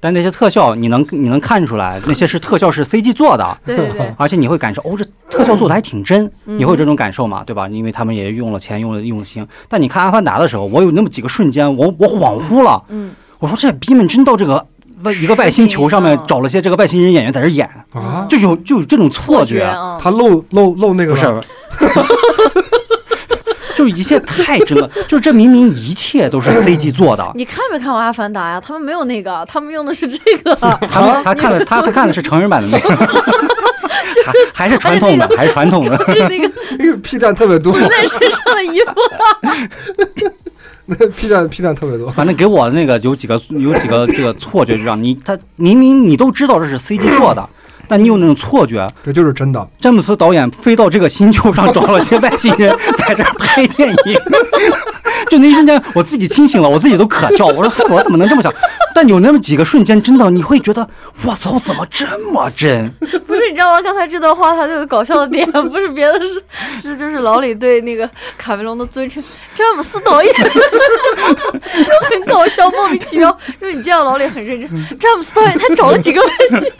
但那些特效你能你能看出来，那些是特效是 CG 做的，
对对 对，
而且你会感受哦，这特效做的还挺真，
嗯
你会有这种感受嘛，对吧？因为他们也用了钱，用了用了心。但你看《阿凡达》的时候，我有那么几个瞬间，我我恍惚了，
嗯，
我说这逼们真到这个外一个外星球上面
是
找了些这个外星人演员在这演，
啊！
就有就有这种错觉，
啊，
他漏漏漏那个
不是
了，？
就一切太真了，就这明明一切都是 CG 做的，
你看没看过《阿凡达》呀？他们没
啊
有
还还是传统的，还是传统的。
是那个
那个 P 站特别 多
纹在身上的衣服，
，P 站 P 站特别多。
反正给我那个有几个有几个这个错觉，就让你他明明你都知道这是 CG 做的，但你有那种错觉。
这就是真的，
詹姆斯导演飞到这个星球上找了些外星 人，在这儿拍电影。就那一瞬间，我自己清醒了，我自己都可笑。我说是我怎么能这么想？但有那么几个瞬间，真的你会觉得，我操，怎么这么真？
不是你知道吗？刚才这段话它有搞笑的点， 不是别的是，这就是老李对那个卡梅隆的尊称，詹姆斯导演 就很搞笑，莫名其妙。就是你见到老李很认真，詹姆斯导演他找了几个外 星，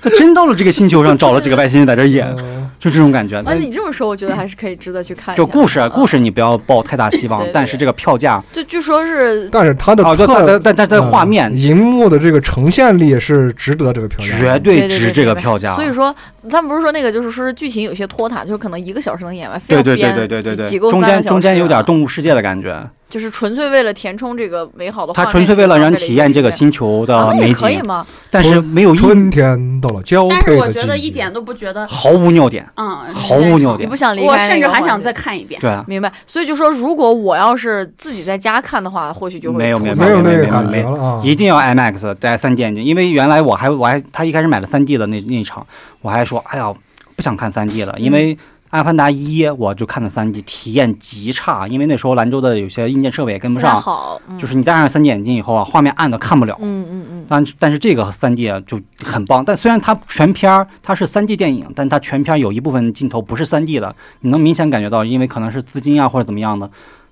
他真到了这个星球上找了几个外星人在这儿演，
嗯
就这种感觉。
哦哎完了你这么说，我觉得还是可以值得去看一下
哎就
的。
故事，故
事
事你不要抱太大希望
对，对
但是这个票价
就据说是
但是哦它的
啊，就它
特
的但但它的
嗯
画面
银幕的这个呈现力是值得这个票价的，
绝对值这个票价。
所以说，他们不是说那个，就是说是剧情有些拖沓，就是可能一个小时能演完，非
对对对
要编
对对对
挤挤
对，
够
中
三个
间
小
中间
时
有
啊
点动物世界的感觉，
就是纯粹为了填充这个美好的
它
画面。
纯粹为了让你体验这个星球
啊
的
那也
美
可以
景，
吗？
但是没有一
春天到了，交
但是
配
我
的季
觉得一
节
点。都不觉得，
毫无尿点，
嗯，
毫无尿
啊你
点
不。想离开，
我甚至还想再。看一遍。
对啊，
明白，所以就说，如果我要是自己在家看的话，或许就会
没有没有
吐槽
没有
这
那
个
个
地
感
方
觉了啊！
一定要 IMAX 带三 D 眼镜，因为原来我还我还他一开始买了三 D 的那那一场，我还说哎呀不想看三 D 了，因
嗯
为《阿凡达一》我就看了三 D，体验极差，因为那时候兰州的有些硬件设备也跟不
不太
上，
好，嗯
就是你戴上三 D 眼镜以后啊，画面暗的看不了。
嗯嗯嗯，
但但是这个三 D 啊就很棒，但虽然它全片儿它是三 D 电影，但它全片儿有一部分镜头不是三 D 的，你能明显感觉到，因为可能是资金啊或者怎么样的，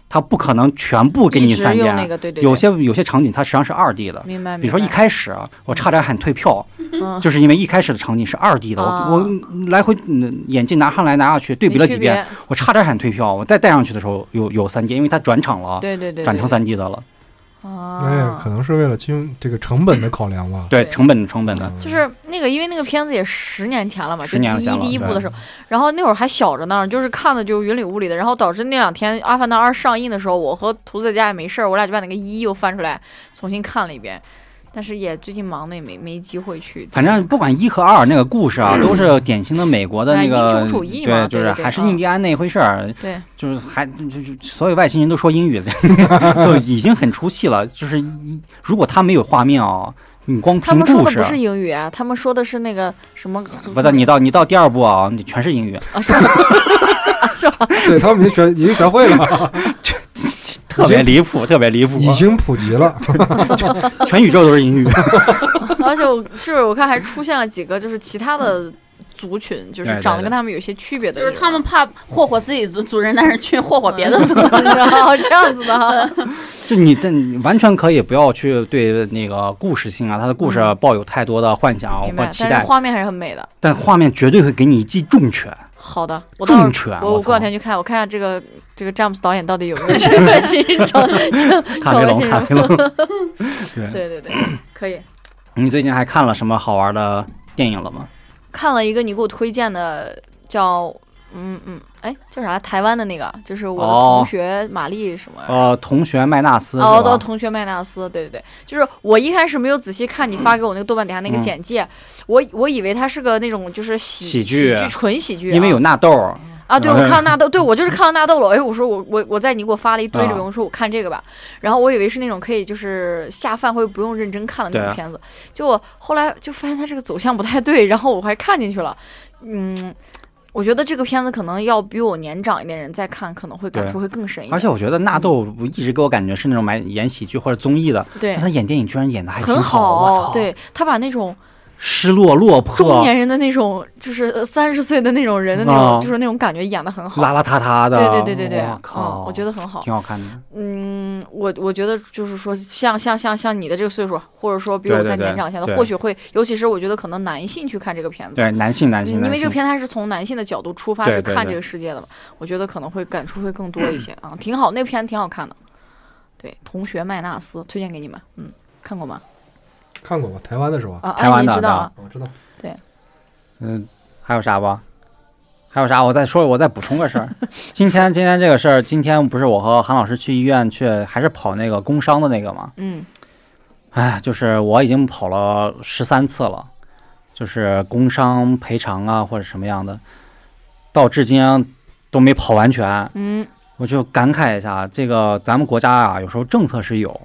它不可能全部给
一
你
直
三 D，啊
用那个对对，对
有些有些场景它实际上是二 D 的。
明白，
比如说一
明白
开始啊我差点喊退票，
嗯
就是因为一开始的场景是二 D 的，
啊
我我来回嗯眼镜拿上来拿下去对比了几，
没
遍，
区
我差点喊退票，我再戴上去的时候有有三 D，因为它转场了，
别对对对，
转成
对
三 D 的了，
哎，可
啊，
能是为了经这个成本的考量吧。
对
对
成本成本的，
嗯
就是那个，因为那个片子也十年前了嘛，
十
就第
年前
一
了
第一部
对
的时候，然后那会儿还小着呢，就是看的就云里雾里的，然后导致那两天《阿凡达二》上映的时候，我和图子在家也没事儿，我俩就把那个一又翻出来重新看了一遍，但是也最近忙的也没没机会去。
反正不管一和二那个故事啊，都是典型的美国的那
哎英
个
雄主义
对，
嘛
就
对
是
对嗯对
还是印第安那回事儿，
对，
就是还就就所有外星人都说英语的， 就已经很出戏了。就是一如果他没有画面啊，你光
他
听
们说
故
的
事
不，是英语啊，他们说的是那个什么？
不是你到你到第二部啊，你全是英语，
啊，是吗？ 啊是吗？
对他们已经学已经学会 了，
特别离谱， 特别离谱，啊
已经普及了。
全宇宙都是英语。
而且我是我看还出现了几个就是其他的族群，就
嗯
是
对对
长得
对
跟他们有些区别的啊
就是
人，
他们怕霍霍自己族族人，但是去霍霍别的族。
人，然后 这样子的 哈。
就你但你完全可以不要去对那个故事性啊，它的故事啊抱有太多的幻想
嗯
啊
明
或
白，
期
但
待
是，画面还是很美的。
但画面绝对会给你一记重拳，
好的，我到
重
时
拳。
候我我
操
过两天去看，我看一下这个这个詹姆斯导演到底有 没有这个新找
卡梅隆，卡梅隆。对，
对对对，可以。
你最近还看了什么好玩的电影了吗？
看了一个你给我推荐的叫嗯嗯，哎叫啥？台湾的那个，就是我的
哦
同学玛丽什么。
呃，同学麦纳斯。
哦，
是吧
到同学麦纳斯，对对对，就是我一开始没有仔细看你发给我那个豆瓣底下那个
嗯
简介，我我以为它是个那种就是喜
喜
剧
剧
纯喜剧啊，
因为有纳豆儿，
啊， 对，
嗯
我看到纳豆，对我就是看到纳豆了。哎，我说我我我在你给我发了一堆
啊
这种，我说我看这个吧。然后我以为是那种可以就是下饭会不用认真看的那
对
种
啊
片子，结果后来就发现它这个走向不太对，然后我还看进去了。嗯，我觉得这个片子可能要比我年长一点人再看，可能会感
对
触会更深一点。
而且我觉得纳豆一直给我感觉是那种买演喜剧或者综艺的，
对
但，他演电影居然演的还挺
很
我操！，
对他把那种
失落落
中
魄、
年人的那种，就是呃三十岁的那种人的那种，
啊
就是那种感觉演的很好。
邋邋遢遢的，
对对对对对，
我
嗯
靠，，
我觉得很好。
挺好看的。
嗯，我我觉得就是说像，像像像你的这个岁数，或者说比我
对对
再
对
年长一些的，
对
或许会，尤其是我觉得可能男性去看这个片子，
对，男性男性，
嗯因为
男
这个
性
片它是从男性的角度出发
对
去
对
看
对
这个世界的嘛，我觉得可能会感触会更多 一些啊，挺好，那个片挺好看的。对，同学麦纳斯推荐给你们，嗯，看过吗？
看过吧？台湾的是吧？
啊，
台湾
安妮
的
知道啊？
哦我知道。
嗯，还有啥不？还有啥？我再说，我再补充个事 儿。今天，今天这个事儿，今天不是我和韩老师去医院去，还是跑那个工伤的那个嘛？
嗯，
哎，就是我已经跑了十三次了，就是工伤赔偿啊或者什么样的，到至今都没跑完全。
嗯，
我就感慨一下，这个咱们国家啊，有时候政策是有，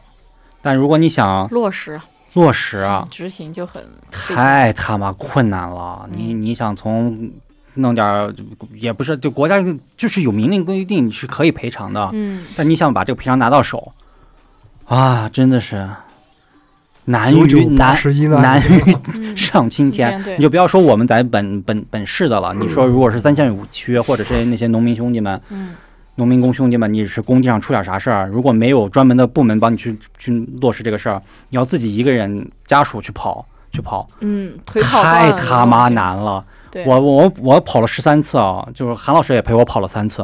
但如果你想
落实
落实啊，
执行就很费劲
太他妈困难了！你你想从弄点儿，也不是，就国家就是有明令规定是可以赔偿的，
嗯，
但你想把这个赔偿拿到手，啊，真的是难
九
于
九八
难
十一呢？
难于
嗯
上青天。
嗯对
啊你就不要说我们咱本本本市的了，你说如果是三线区或者是那些农民兄弟们、
嗯，
农民工兄弟们，你是工地上出点啥事儿，如果没有专门的部门帮你去去落实这个事儿，你要自己一个人家属去跑去跑。
嗯，腿跑断
太
了
他妈，难了！
对
我我我跑了十三次啊，就是韩老师也陪我跑了三次，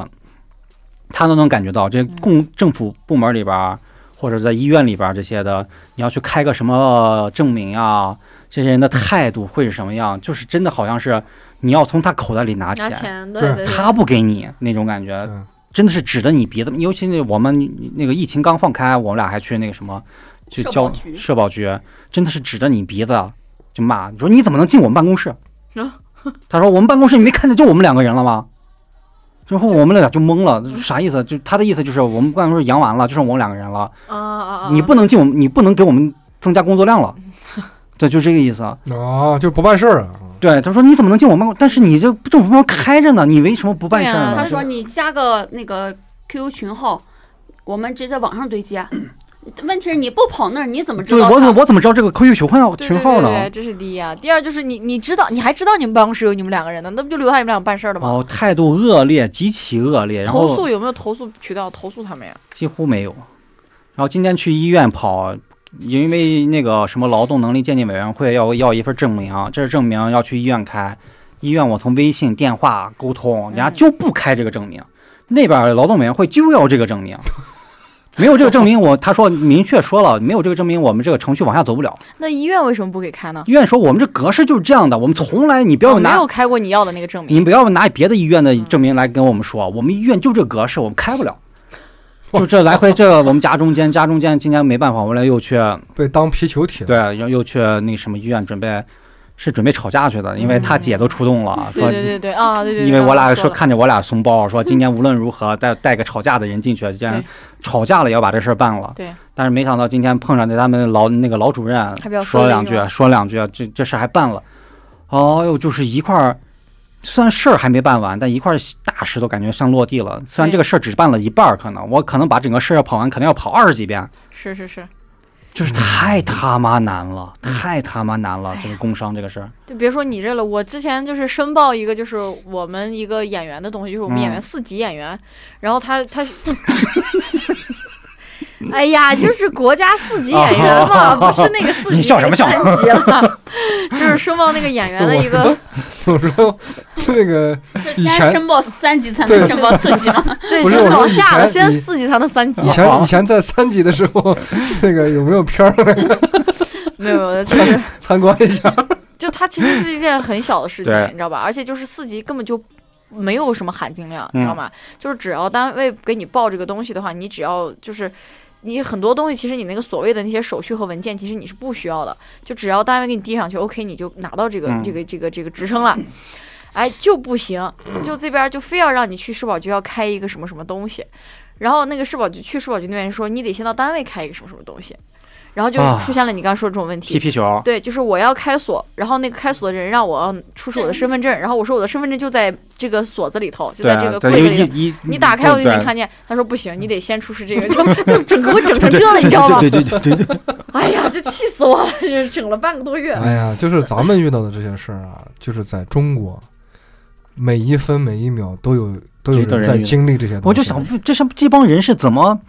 他都能感觉到这共政府部门里边儿或者在医院里边儿这些的，你要去开个什么证明啊，这些人的态度会是什么样？就是真的好像是你要从他口袋里拿
拿
钱。
钱对
对
对，
他不给你那种感觉，
嗯
真的是指着你鼻子。尤其那我们那个疫情刚放开，我们俩还去那个什么，去
社
交
保局
社保局，真的是指着你鼻子啊就骂，你说你怎么能进我们办公室？
啊
他说我们办公室你没看见就我们两个人了吗？之后我们俩就懵了，啥意思？就他的意思就是我们办公室阳完了，就剩我们两个人了，
啊啊啊！
你不能进我们，你不能给我们增加工作量 了，这就这个意思。
啊，就不办事儿啊。
对，他说你怎么能进我们办公？但是你这政府部门开着呢，你为什么不办
对
事
啊
儿呢？
他
就是
说你加个那个 QQ 群号，我们直接网上对 接。问题是你不跑那儿，你怎么知
对
道
我
他？
怎我怎么知道这个 QQ 群号
对
群号
对对对
呢？
这是第一啊。第二就是你，你知道，你还知道你们办公室有你们两个人呢，那不就留下你们俩办事儿了吗？
哦，态度恶劣，极其恶劣，然
投
后
诉有没有投诉渠道？投诉他们呀？
几乎没有。然后今天去医院跑，因为那个什么劳动能力鉴定委员会要要一份证明，啊这是证明要去医院开。医院我从微信、电话沟通，人家
嗯
就不开这个证明。那边劳动委员会就要这个证明，啊 没有这个证明我，他说明确说了，没有这个证明，我们这个程序往下走不了。
那医院为什么不给开呢？
医院说我们这格式就是这样的，我们从来你不
我
要
没
拿
有开过你要的那个证
你
明。
不要拿别的医院的证明来跟我们说，我们医院就这格式，我们开不了。就这来回这我们夹中间夹中间，今天没办法，我们俩又去
被当皮球踢了。
对，又又去那什么医院准备是准备吵架去的，因为他姐都出动了，
嗯对
说
对对对啊，对对对。
因为我俩
刚刚
说
说了
看着我俩怂包，说今年无论如何带带个吵架的人进去，既然
对
吵架了也要把这事儿办了。
对，
但是没想到今天碰上他们老那个老主任
还比较
说
说
两
理
句
是，吧
说两句，这这事儿还办了。哦哟，就是一块儿，虽然事儿还没办完，但一块大石头感觉像落地了。虽然
对
这个事儿只办了一半儿，可能我可能把整个事儿要跑完，可能要跑二十几遍，
是是是，
就是太他妈难了，太他妈难了，这个工伤这个事儿。
就别说你这了，我之前就是申报一个，就是我们一个演员的东西，就是我们演员、
嗯
四级演员，然后他 他。哎呀，就是国家四级演员嘛，不是那个四级，
你笑什么笑
三级了，就是申报那个演员的一个，
我说 那个
是
以
先
前
申报三级才
对
能申报四级吗？
对，
不
就是
我说
往
以
下了，
前
先
以
四级才能三级
以，前以前在三级的时候， 那个有没有片儿来
没有，没 有就是
参观一下？
就它其实是一件很小的事情
对，
你知道吧？而且就是四级根本就没有什么含金量，
嗯
你知道吗？就是只要单位给你报这个东西的话，你只要就是。你很多东西，其实你那个所谓的那些手续和文件，其实你是不需要的，就只要单位给你递上去，OK，你就拿到这个、
嗯
这个这个这个职 称了。哎，就不行，就这边就非要让你去社保局要开一个什么什么东西，然后那个社保局去社保局那边说，你得先到单位开一个什么什么东西，然后就
啊
出现了你刚刚说的这种问题
踢。皮球，
对，就是我要开锁，然后那个开锁的人让我要出示我的身份证，然后我说我的身份证就在这个锁子里头，就在这个
对
柜
就
子里头。
一一
你打开我就能
对
看见，他说不行，你得先出示这个，就就 整给我整成这了，你知道吗？
对对对对对对，
哎呀，就气死我了，就整了半个多月。
哎呀，就是咱们遇到的这些事儿啊，就是在中国，每一分每一秒都有都有
都有
人
人
在
遇到
经历这些东西。
我就想，问，这是这帮人是怎么？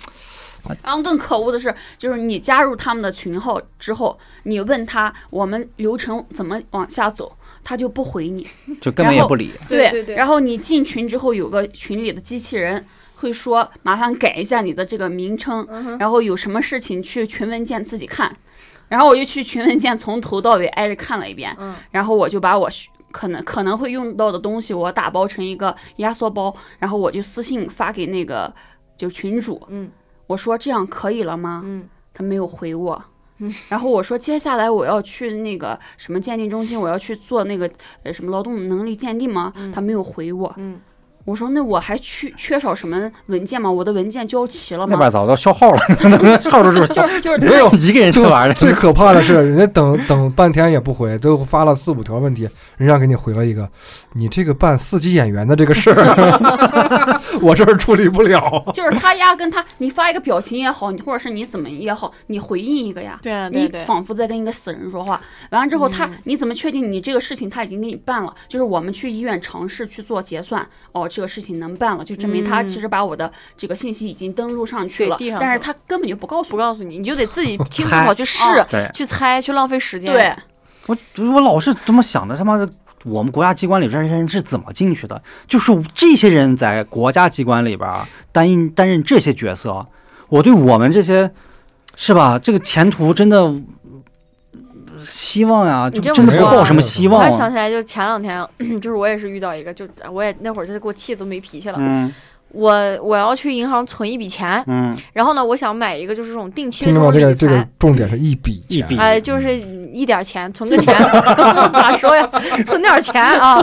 然后更可恶的是，就是你加入他们的群号之后，你问他我们流程怎么往下走，他就不回你。
就根本也
然后
不理。
对对对
然后你进群之后，有个群里的机器人会说，麻烦改一下你的这个名称，
嗯
然后有什么事情去群文件自己看。然后我就去群文件从头到尾挨着看了一遍，
嗯
然后我就把我需可能可能会用到的东西，我打包成一个压缩包，然后我就私信发给那个就群主，
嗯
我说这样可以了吗？
嗯
他没有回我，然后我说接下来我要去那个什么鉴定中心，我要去做那个呃什么劳动能力鉴定吗？
嗯
他没有回我。
嗯，
我说那我还缺缺少什么文件吗？我的文件交齐了
那
吗？
边早都消耗了， 耗着住，，
就是就是
没有
一个人去玩的。
最可怕的是，人家等等半天也不回，都发了四五条问题，人家给你回了一个：“你这个办四级演员的这个事儿，啊 我这儿处理不了。
就是他压根他，你发一个表情也好，你或者是你怎么也好，你回应一个呀。
对啊，对
你
对，
仿佛在跟一个死人说话，完了之后他
嗯，
你怎么确定你这个事情他已经给你办了？就是我们去医院尝试去做结算，哦，这个事情能办了，就证明他
嗯
其实把我的这个信息已经登录上去
对
了
递，上
但是
去
他根本就不告诉
不
我。
告诉你，你就得自己亲自
猜
跑 去试、
啊
对
去猜、去浪费时间。
对，
我我老是这么想的，他妈的，我们国家机关里这些人是怎么进去的？就是这些人在国家机关里边儿担任担任这些角色，我对我们这些是吧？这个前途真的呃希望啊，
你
就
这么
真的不
说啊
抱什么希
我
望
还
啊。
想起来，就前两天， 就是我也是遇到一个，就哎我也那会儿就给我气得都没脾气了。
嗯
我我要去银行存一笔钱，
嗯，
然后呢，我想买一个就是这种定”期的
听
这
到
种
这个
理
这
财
个。重点是一笔
一
钱
笔
哎，就是一点钱，存个钱， 咋说呀？存点钱啊，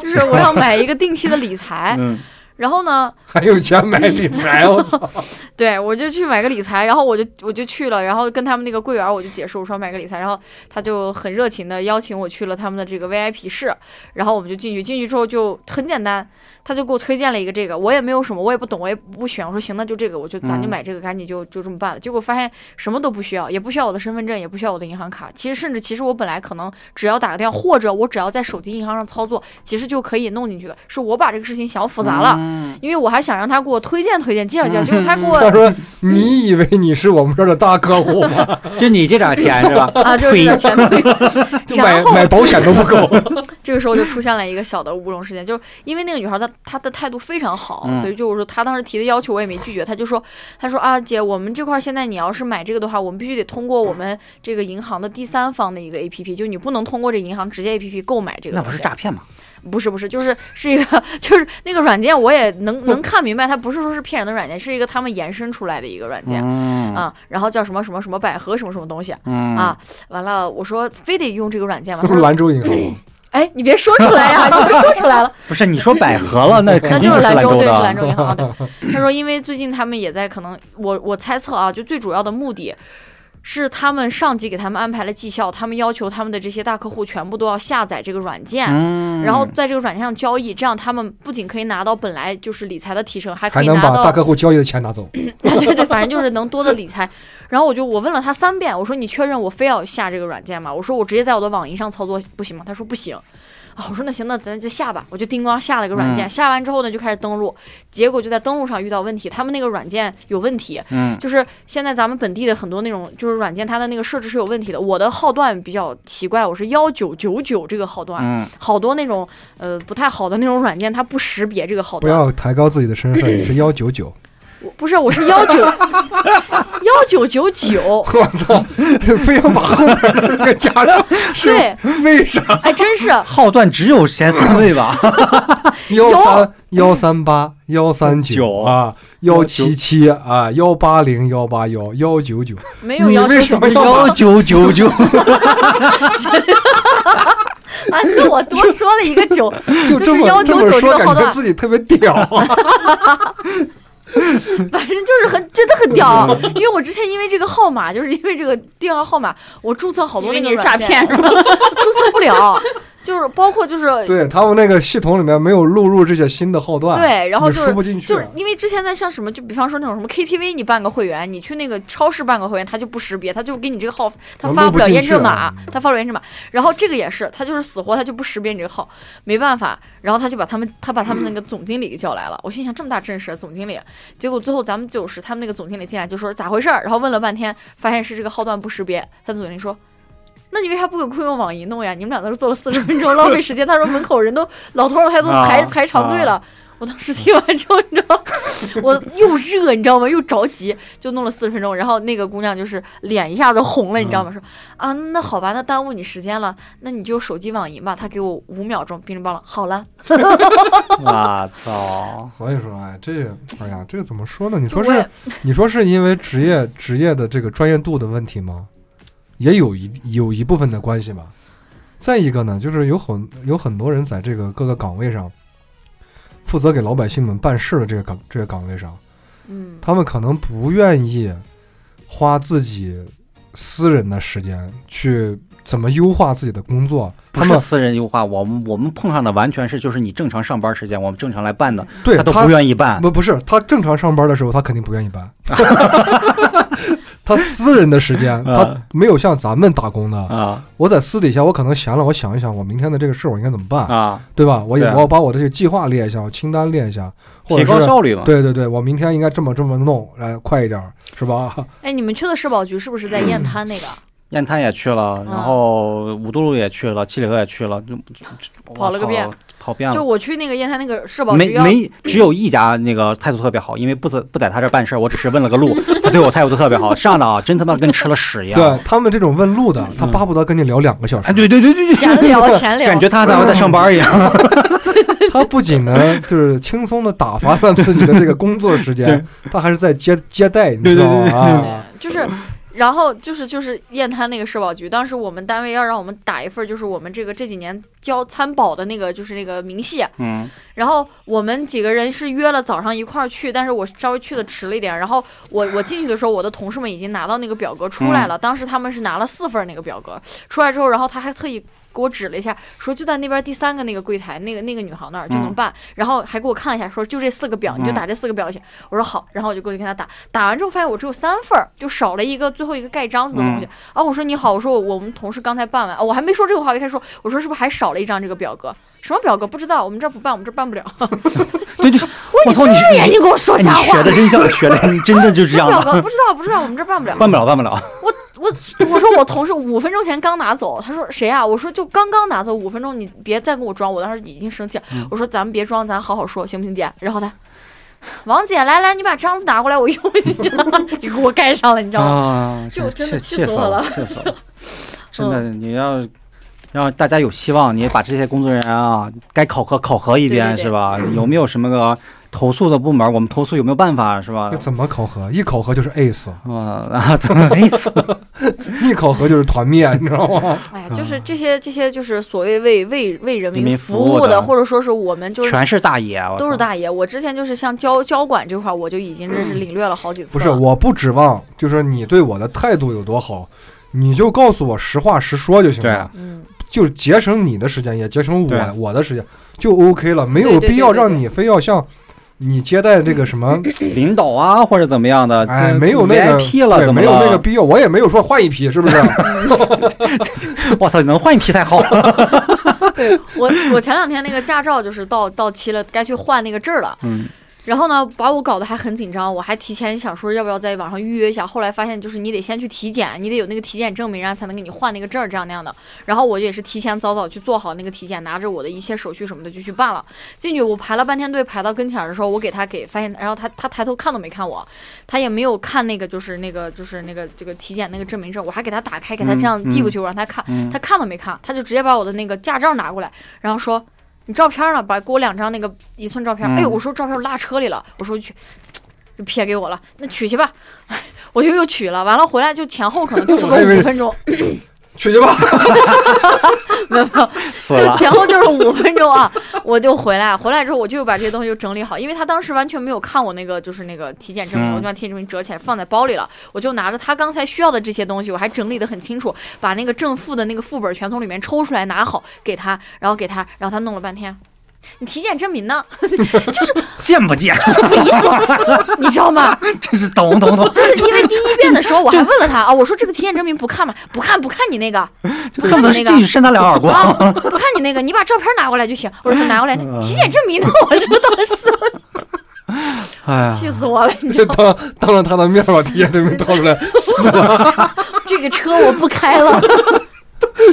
就是我要买一个定期的理财。
嗯，
然后呢，
还有钱买理 财，我操！
对我就去买个理财，然后我就我就去了，然后跟他们那个柜员我就解释我说买个理财，然后他就很热情的邀请我去了他们的这个 VIP 室，然后我们就进去，进去之后就很简单，他就给我推荐了一个这个，我也没有什么，我也不懂，我也不选，我说行，那就这个，我就咱就
嗯
买这个，赶紧就就这么办了。结果发现什么都不需要，也不需要我的身份证，也不需要我的银行卡，其实甚至其实我本来可能只要打个电话，或者我只要在手机银行上操作，其实就可以弄进去的，是我把这个事情想复杂了。
嗯
因为我还想让他给我推荐推荐介绍介绍，结果他给 我
他说：“你以为你是我们这儿的大客户吗？
就你这点钱是 吧？
啊，就是
亏
这个钱退。
就买
然后
买保险都不够。
这个时候就出现了一个小的乌龙事件，就是因为那个女孩她她的态度非常好，
嗯
所以就是说她当时提的要求我也没拒绝，她就说她说啊姐，我们这块儿现在你要是买这个的话，我们必须得通过我们这个银行的第三方的一个 A P P，就你不能通过这银行直接 A P P 购买这个
那
东西。
不是诈骗吗？
不是不是，就是是一个 就是那个软件，我也能能看明白，它不是说是骗人的软件，是一个他们延伸出来的一个软件。
嗯
啊，然后叫什么什么什么百合什么什么东西
嗯
啊，完了我说非得用这个软件 吗？
这
他
不是
说
兰州银行吗？
哎，你别说出来呀、你别说出来了，
不是你说百合了，那
那
肯定
就是兰
州
对，是
的。
兰州银行的。他说，因为最近他们也在可能，我我猜测啊，就最主要的目的。是他们上级给他们安排了绩效，他们要求他们的这些大客户全部都要下载这个软件，
嗯，
然后在这个软件上交易，这样他们不仅可以拿到本来就是理财的提成，还可
还
以
能
拿
把
到
大客户交易的钱拿走？
对对，反正就是能多的理财。然后我就我问了他三遍，我说你确认我非要下这个软件吗？我说我直接在我的网银上操作不行吗？他说不行。啊，我说那行，那咱就下吧。我就叮咣下了一个软件，
嗯
下完之后呢，就开始登录，结果就在登录上遇到问题，他们那个软件有问题。
嗯
就是现在咱们本地的很多那种就是软件，它的那个设置是有问题的。我的号段比较奇怪，我是幺九九九这个号段，
嗯，
好多那种呃不太好的那种软件，它不识别这个号
不
段。
要抬高自己的身份，你是幺九九。
我不是，我是 幺九幺九九九，
我操，非要把后面那个加上，
对，
为啥？
哎，真 是，
号段只有前三位吧？
幺三幺三八幺三
九
啊，幺七七啊，幺八零幺八幺幺 九九，
没有
你
要
为
求
什
什么
么要
幺
把
九九九，
啊？那我多说了一个 九，
就这
是
么
幺
这
九
么
九这
说，
个号
感觉
段，
自己特别屌。
反正就是很真的很屌。因为我之前因为这个号码，就是因为这个电话号码，我注册好多那
因
个
为你是诈
软件
骗是吧？
注册不了，就是包括就是
对他们那个系统里面没有录入这些新的号段，
对然后
你
就
输不进去
就是。因为之前在像什么，就比方说那种什么 KTV，你办个会员，你去那个超市办个会员，他就不识别，他就给你这个号，他
我
发
录
不
不
了
进
验
去
证码
啊，
他发不了验证码。然后这个也是，他就是死活他就不识别你这个号，没办法。然后他就把他们，他把他们那个总经理给叫来了。我心想这么大阵势，总经理。结果最后咱们就是他们那个总经理进来就说咋回事儿，然后问了半天，发现是这个号段不识别。他的总经理说。那你为啥不给雇用网银弄呀？你们俩在这坐了四十分钟，浪费时间。他说门口人都老头老太太都
啊
排、排长队
啊
了。我当时听完之后，你知道，我又热，你知道吗？又着急，就弄了四十分钟。然后那个姑娘就是脸一下子红了，你知道吗？说啊，那好吧，那耽误你时间了，那你就手机网银吧。她给我五秒钟，乒里乓啷，好了，
我操！
所以说，哎，这哎呀，这个怎么说呢？你
就
说
我也
是你说是因为职业职业的这个专业度的问题吗？也有一有一部分的关系吧。再一个呢，就是有很有很多人在这个各个岗位上，负责给老百姓们办事的这个岗这个岗位上，
嗯，
他们可能不愿意花自己私人的时间去怎么优化自己的工作。
不
他
是
们
私人优化，我们我们碰上的完全是就是你正常上班时间，我们正常来办的，
对
他都不愿意办。
不不是他正常上班的时候，他肯定不愿 意办。他私人的时间，他
啊
没有像咱们打工的。
啊
我在私底下，我可能闲了，我想一想，我明天的这个事儿我应该怎么办，
啊！
对吧？我也
对啊
我把我的这个计划列一下，我清单列一下，或
提
者
高
是
效率嘛。
对对对，我明天应该这么这么弄，来快一点儿，是吧？
哎，你们去的社保局是不是在雁滩那个？
雁滩也去了，然后五渡路也去了，七里河也去了，就就就
嗯跑了个遍
我操，跑遍
就
了。
我去那个雁滩那个社保
没
局要
没，只有一家那个态度特别好，因为不在不在他这儿办事儿，我只是问了个 路，他对我态度特别好，上的啊真他妈跟吃了屎一样。
对他们这种问路的，他巴不得跟你聊两个小时。
哎嗯哎，对对对对
闲
对，
聊闲聊，
感觉他在在上班一样。
他不仅 呢，就是轻松的打发了自己的这个工作时间，他还是在接接待，你知道吗？
嗯
啊
对，就是，然后就是就是雁滩那个社保局，当时我们单位要让我们打一份儿，就是我们这个这几年交参保的那个就是那个明细，
嗯，
然后我们几个人是约了早上一块儿去，但是我稍微去的迟了一点。然后我我进去的时候，我的同事们已经拿到那个表格出来了，
嗯
当时他们是拿了四份儿那个表格出来之后，然后他还特意。给我指了一下，说就在那边第三个那个柜台，那个那个女行那儿就能
嗯
办。然后还给我看了一下，说就这四个表，你就打这四个表去。我说好，然后我就过去跟他打。打完之后发现我只有三份儿，就少了一个最后一个盖章子的
嗯
东西。啊，我说你好，我说我我们同事刚才办完，啊我还没说这个话，我就开始说，我说是不是还少了一张这个表格？什么表格不知道，我们这儿不办，我们这儿办不了。
对对，我操你
闭眼 睛给我说
哎你
瞎
学
话。
的真像，学的真的就是
这
这样
表
的，
格不知道，不知道，我们这儿办不了。
办不了，办不了。
我我我说我同事五分钟前刚拿走，他说谁啊？我说就刚刚拿走五分钟，你别再跟我装。我当时已经生气了，
嗯
我说咱们别装，咱好好说，行不行，姐？然后他，王姐，来来，你把章子拿过来，我用一下， 就给我盖上了，你知道吗？
啊，
就真的
气
气死
死
我了嗯
了，气 死了！真的，你要让大家有希望，你把这些工作人员啊，该考核考核一遍
对对对
是吧？有没有什么个投诉的部门？我们投诉有没有办法是吧
那？怎么考核？一考核就是 ace，
啊啊，怎么意思？
E，一考核就是团灭，你知道吗？
哎呀，就是这些这些就是所谓为为为人
啊人民
服
服务
的，
的
或者说是我们就是
全是大爷，啊我操
都是。大爷。我之前就是像交交管这块儿，我就已经认
嗯
识领略了好几次
不
了。
是，我不指望就是你对我的态度有多好，你就告诉我实话实说就行了，
嗯，
就是节省你的时间，也节省
对
我我的时间，就 OK 了，没有
对对对
必要
对对
让你非要像你接待这个什么，
领导啊，或者怎么样的，
哎，
这
没有那个
VIP 了，
对
怎么
没有
了
那个必要，我也没有说换一批，是不是？
我操，能换一批才 好。
对我我前两天那个驾照就是到到期了，该去换那个证儿了。
嗯，
然后呢，把我搞得还很紧张，我还提前想说要不要在网上预约一下，后来发现就是你得先去体检，你得有那个体检证明，然后才能给你换那个证儿，这样那样的。然后我也是提前早早去做好那个体检，拿着我的一切手续什么的就去办了。进去我排了半天队，排到跟前儿的时候，我给他给发现，然后他他抬头看都没看我，他也没有看那个就是那个就是那个这个体检那个证明证，我还给他打开，给他这样递过去，我让他看，
嗯
他看都没看，他就直接把我的那个驾照拿过来，然后说。你照片呢？把给我两张那个一寸照片。
嗯
哎呦，我说照片落车里了，我说去，就撇给我了，那取去吧。我就又取了，完了回来就前后可能就是个
我以为
五分钟，
去去吧。
没有没有，
死
就
了。
前后就是五分钟啊， 我就回来，回来之后我就把这些东西就整理好，因为他当时完全没有看我那个就是那个体检证明，
嗯
我就把体检证明折起来放在包里了，我就拿着他刚才需要的这些东西，我还整理的很清楚，把那个正负的那个副本全从里面抽出来拿好给他，然后给他，然后他弄了半天。你体检证明呢？
贱不贱？
匪夷所思，你知道吗？
真是懂懂懂，
就是因为第一遍的时候我还问了他啊，我说这个体检证明不看吗？不看，不看你那个，
就恨不得进去扇他两耳光。嗯
啊，不看你那个，你把照片拿过来就行。我说拿过来，体检证明呢？ 我说当时
哎呀，
气死我了，你知
就
道吗？
当当着他的面把体验证明掏 出来，死了
这个车我不开 了，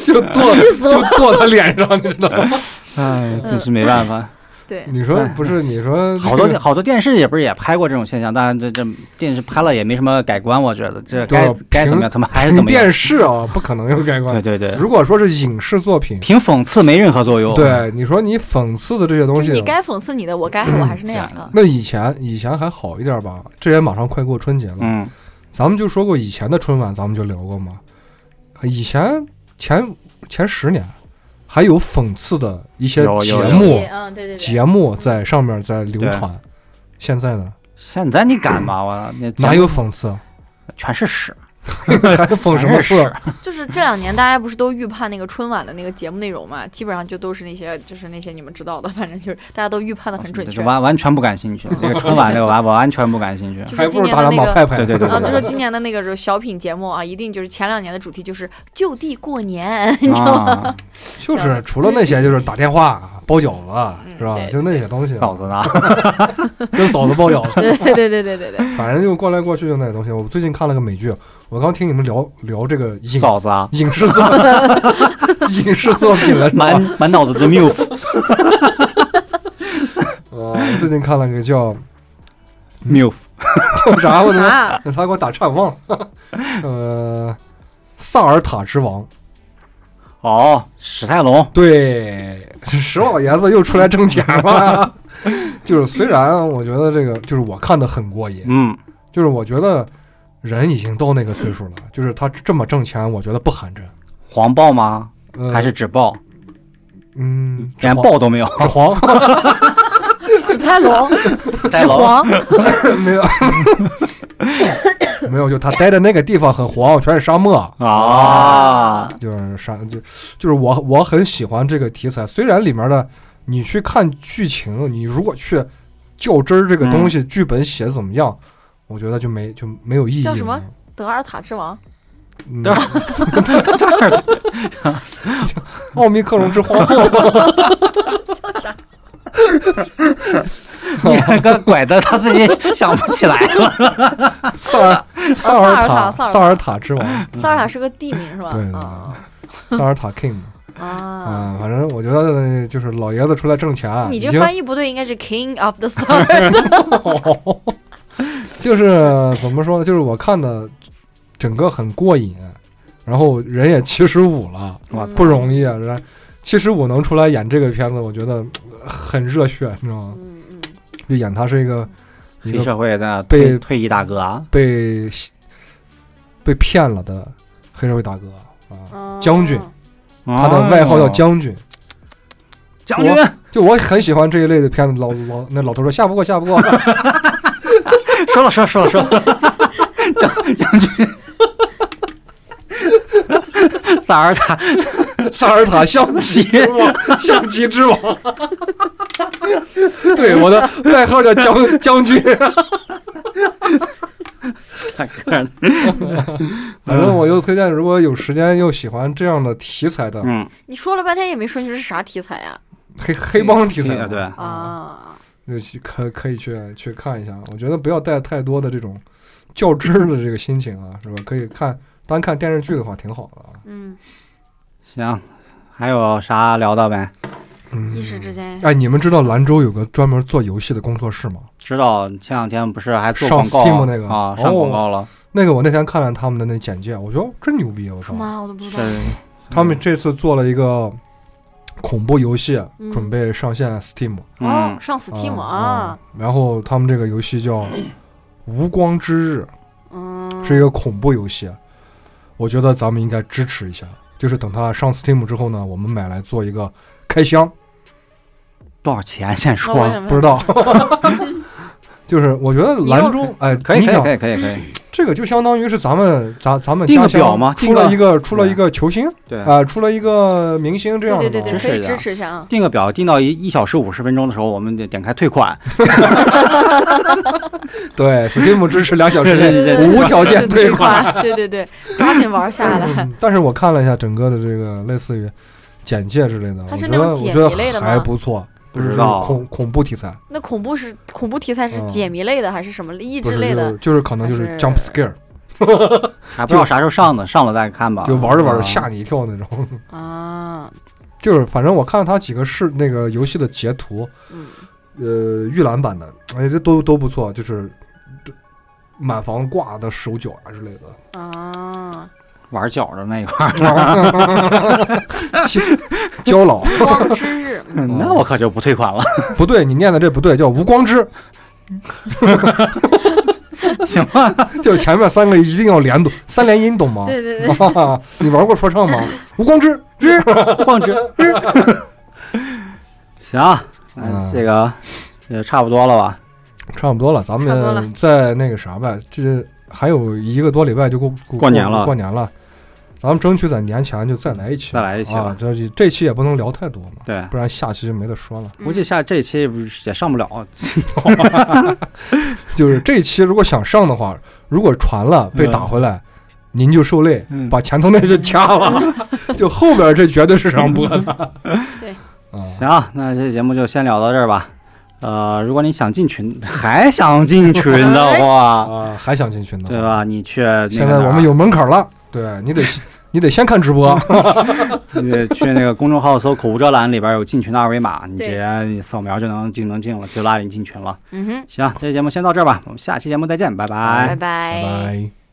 就剁
气死
就
我了。
剁他脸上，你知道吗？
哎，真
嗯
是没办法。
对，
你说不是？你说
好多好多电视也不是也拍过这种现象，但这这电视拍了也没什么改观，我觉得这
对
该该
凭
怎么样，他们还是
你
怎么样。
电视啊，不可能有改观
对。对对，
如果说是影视作品，
凭讽刺没任何作用。啊
对你说你讽刺的这些东
就是
西
你，该讽刺你的，我该我还是那样的。
那以前以前还好一点吧。这也马上快过春节了，
嗯，
咱们就说过以前的春晚，咱们就聊过嘛。以前前前十年还有讽刺的一些
有
节
有
目
嗯，对对对，
节目在上面在流
对
传，现在呢
现在你敢吗？我那
哪有讽 刺？
全是屎，
还讽什么刺？
就是这两年大家不是都预判那个春晚的那个节目内容嘛，基本上就都是那些就是那些你们知道的，反正就是大家都预判啊的很准
哦
确。
完完全不感兴趣。 这个春晚这个完我完全不感兴趣。
就
还
是
不
今
如
年
打
的那
打马
个
派派。
对对对
啊，就 说今年的那个就是小品节目啊，一定就是前两年的主题就是就地过年， 你知道吗？
啊，
就是除了那些，就是打电话、包饺子，是吧？
嗯对
就那些东西， 啊
嫂子呢？啊
跟嫂子包饺子，
对对对对对对，
反正就过来过去就那些东西。我最近看了个美剧，我刚听你们聊聊这个影
嫂子啊，
影视作影视作品了，是吧
满满脑子的 move
呃，我最近看了个叫 嗯
move，
叫啥，我怎么
啥？啊
他给我打岔忘了？ 呃，萨尔塔之王，
哦，史泰龙
对，石老爷子又出来挣钱了。 就是虽然我觉得这个就是我看的很过瘾，
嗯，
就是我觉得人已经到那个岁数了，就是他这么挣钱，我觉得不寒碜。
黄豹吗？
呃、
还是只豹？
嗯，
连
纸
豹都没有，
黄纸黄
史泰龙，
史泰
是
龙
黄，
没有没有，就他待的那个地方很黄，全是沙漠。
啊，
就是啥，就就是我我很喜欢这个题材，虽然里面的你去看剧情，你如果去较真儿这个东西，剧本写得怎么样，我觉得就没就没有意义了。
叫什么德尔塔之王，
嗯
对
奥密克戎之皇后，
叫啥？
你看个拐的他自己 想不起来了。
萨尔萨尔塔
啊萨尔塔萨尔塔
萨尔塔之王，
萨尔塔是个地名是吧？
嗯对对对
啊
萨尔塔 king 嘛
啊！
啊，反正我觉得就是老爷子出来挣钱，啊
你
已
这
经
翻译不对，应该是 King of the Stars。
就是怎么说呢？就是我看的整个很过瘾，然后人也七十五了，
我
不容易啊！人七十五能出来演这个片子，我觉得呃很热血，你知道吗？
嗯嗯，
就演他是一个 一
黑
个
社会的
被
退退役大哥啊，
被被骗了的黑社会大哥啊，
嗯
将军，
他
他的外号叫将军。
哦将军，
就我很喜欢这一类的片子，老老那老头说下不过下 不过，
说了说了说了说了， 将将军， 萨尔塔
萨尔塔象棋之王，象棋之王。 对，我的外号叫将将军。
大哥，
反正我就推荐，如果有时间又喜欢这样的题材的
嗯，
你说了半天也没说你是啥题材呀？
黑 黑帮题材的，
嗯对
啊，
那去可可以去去看一下。我觉得不要带太多的这种较真儿的这个心情啊，是吧？可以看单看电视剧的话，挺好的啊。
嗯，
行，还有啥聊的呗？
一时之间
哎，你们知道兰州有个专门做游戏的工作室吗？
知道前两天不是还做
上
广告
Steam 那个
啊，
哦
上广告了，
那个我那天看了他们的那简介，我觉得真牛逼！我
是嗯
操，
吗？啊我都不知
是
道。
嗯他们这次做了一个恐怖游戏，
嗯
准备上线 Steam
哦
嗯，，
上 Steam
啊
啊，
然后他们这个游戏叫《无光之日》，
嗯，
哦是一个恐怖游戏，我觉得咱们应该支持一下。就是等它上 Steam 之后呢，我们买来做一个开箱，
多少钱先
那
说？
我也没
不知道。
嗯
就是我觉得兰州，哎，
可以
你
可以
想
可以可以可以，
这个就相当于是咱们咱咱们
定个
家乡
表嘛
出
定个
了一个出了一个球星，
对，
啊，出了一个明星这
对
样的
对
吧。
对对，
真
可
是
以
的
支持一下啊。
定个表，定到一一小时五十分钟的时候，我们得点开退款，
嗯 对 Steam 支持两小时
对
内
对对对
无条件退款。
款，对对对，抓紧玩下来。
嗯但是我看了一下整个的这个类似于简介之类的，
它
我
是
觉
那
得
种
我
解
觉
谜类
得
的
还
吗
不错，
不
就是
知道
恐恐怖题材。
那恐怖是恐怖题材是
嗯
解谜类的还是什么益
不
智
是
类的
就？是就是可能就是
还是
jump scare，
还不知道啥时候上呢，上了再看吧。
就玩着玩着
啊
吓你一跳那种。
啊，
就是反正我看了他几个是那个游戏的截图，
嗯，
呃，预览版的，哎，这都都不错，就是这满房挂的手脚啊之类 的，
啊，
玩脚的那一块儿，
胶 胶老
光之日，
嗯
嗯
那我可就 不退款了。
不对，你念的这不对，叫无光之。
行吧，
就是前面三个一定要连读，三连音懂吗？
对对对，
啊，你玩过说唱吗？吴光之，
逛 直行啊，那
嗯
这个也差不多了吧？
差不多了，咱
差不多了
们再那个啥呗，这还有一个多礼拜就过过
过年了
过年了，咱们争取在年前就再来一期，
再来一期吧
啊，这这期也不能聊太多嘛，
对，
不然下期就没得说了。
估
嗯
计下这期也上不了，
就是这期如果想上的话，如果传了被打回来，您就受累，
嗯
把前头那就掐了，就后边这绝对是上播的。
对
啊，
行啊，那这节目就先聊到这儿吧。呃，如果你想进群， 还想进群的 话，
啊，还想进群呢？
对吧？你去那个
现在
哪儿
我们有门槛了，对你得你得先看直播，
你得去那个公众号搜“口无遮拦”，里边有进群的二维码，你直
对
接扫描就能就能进了，就拉你进群了。
嗯哼，
行啊，这期节目先到这儿吧，我们下期节目再见，拜拜
拜
拜拜。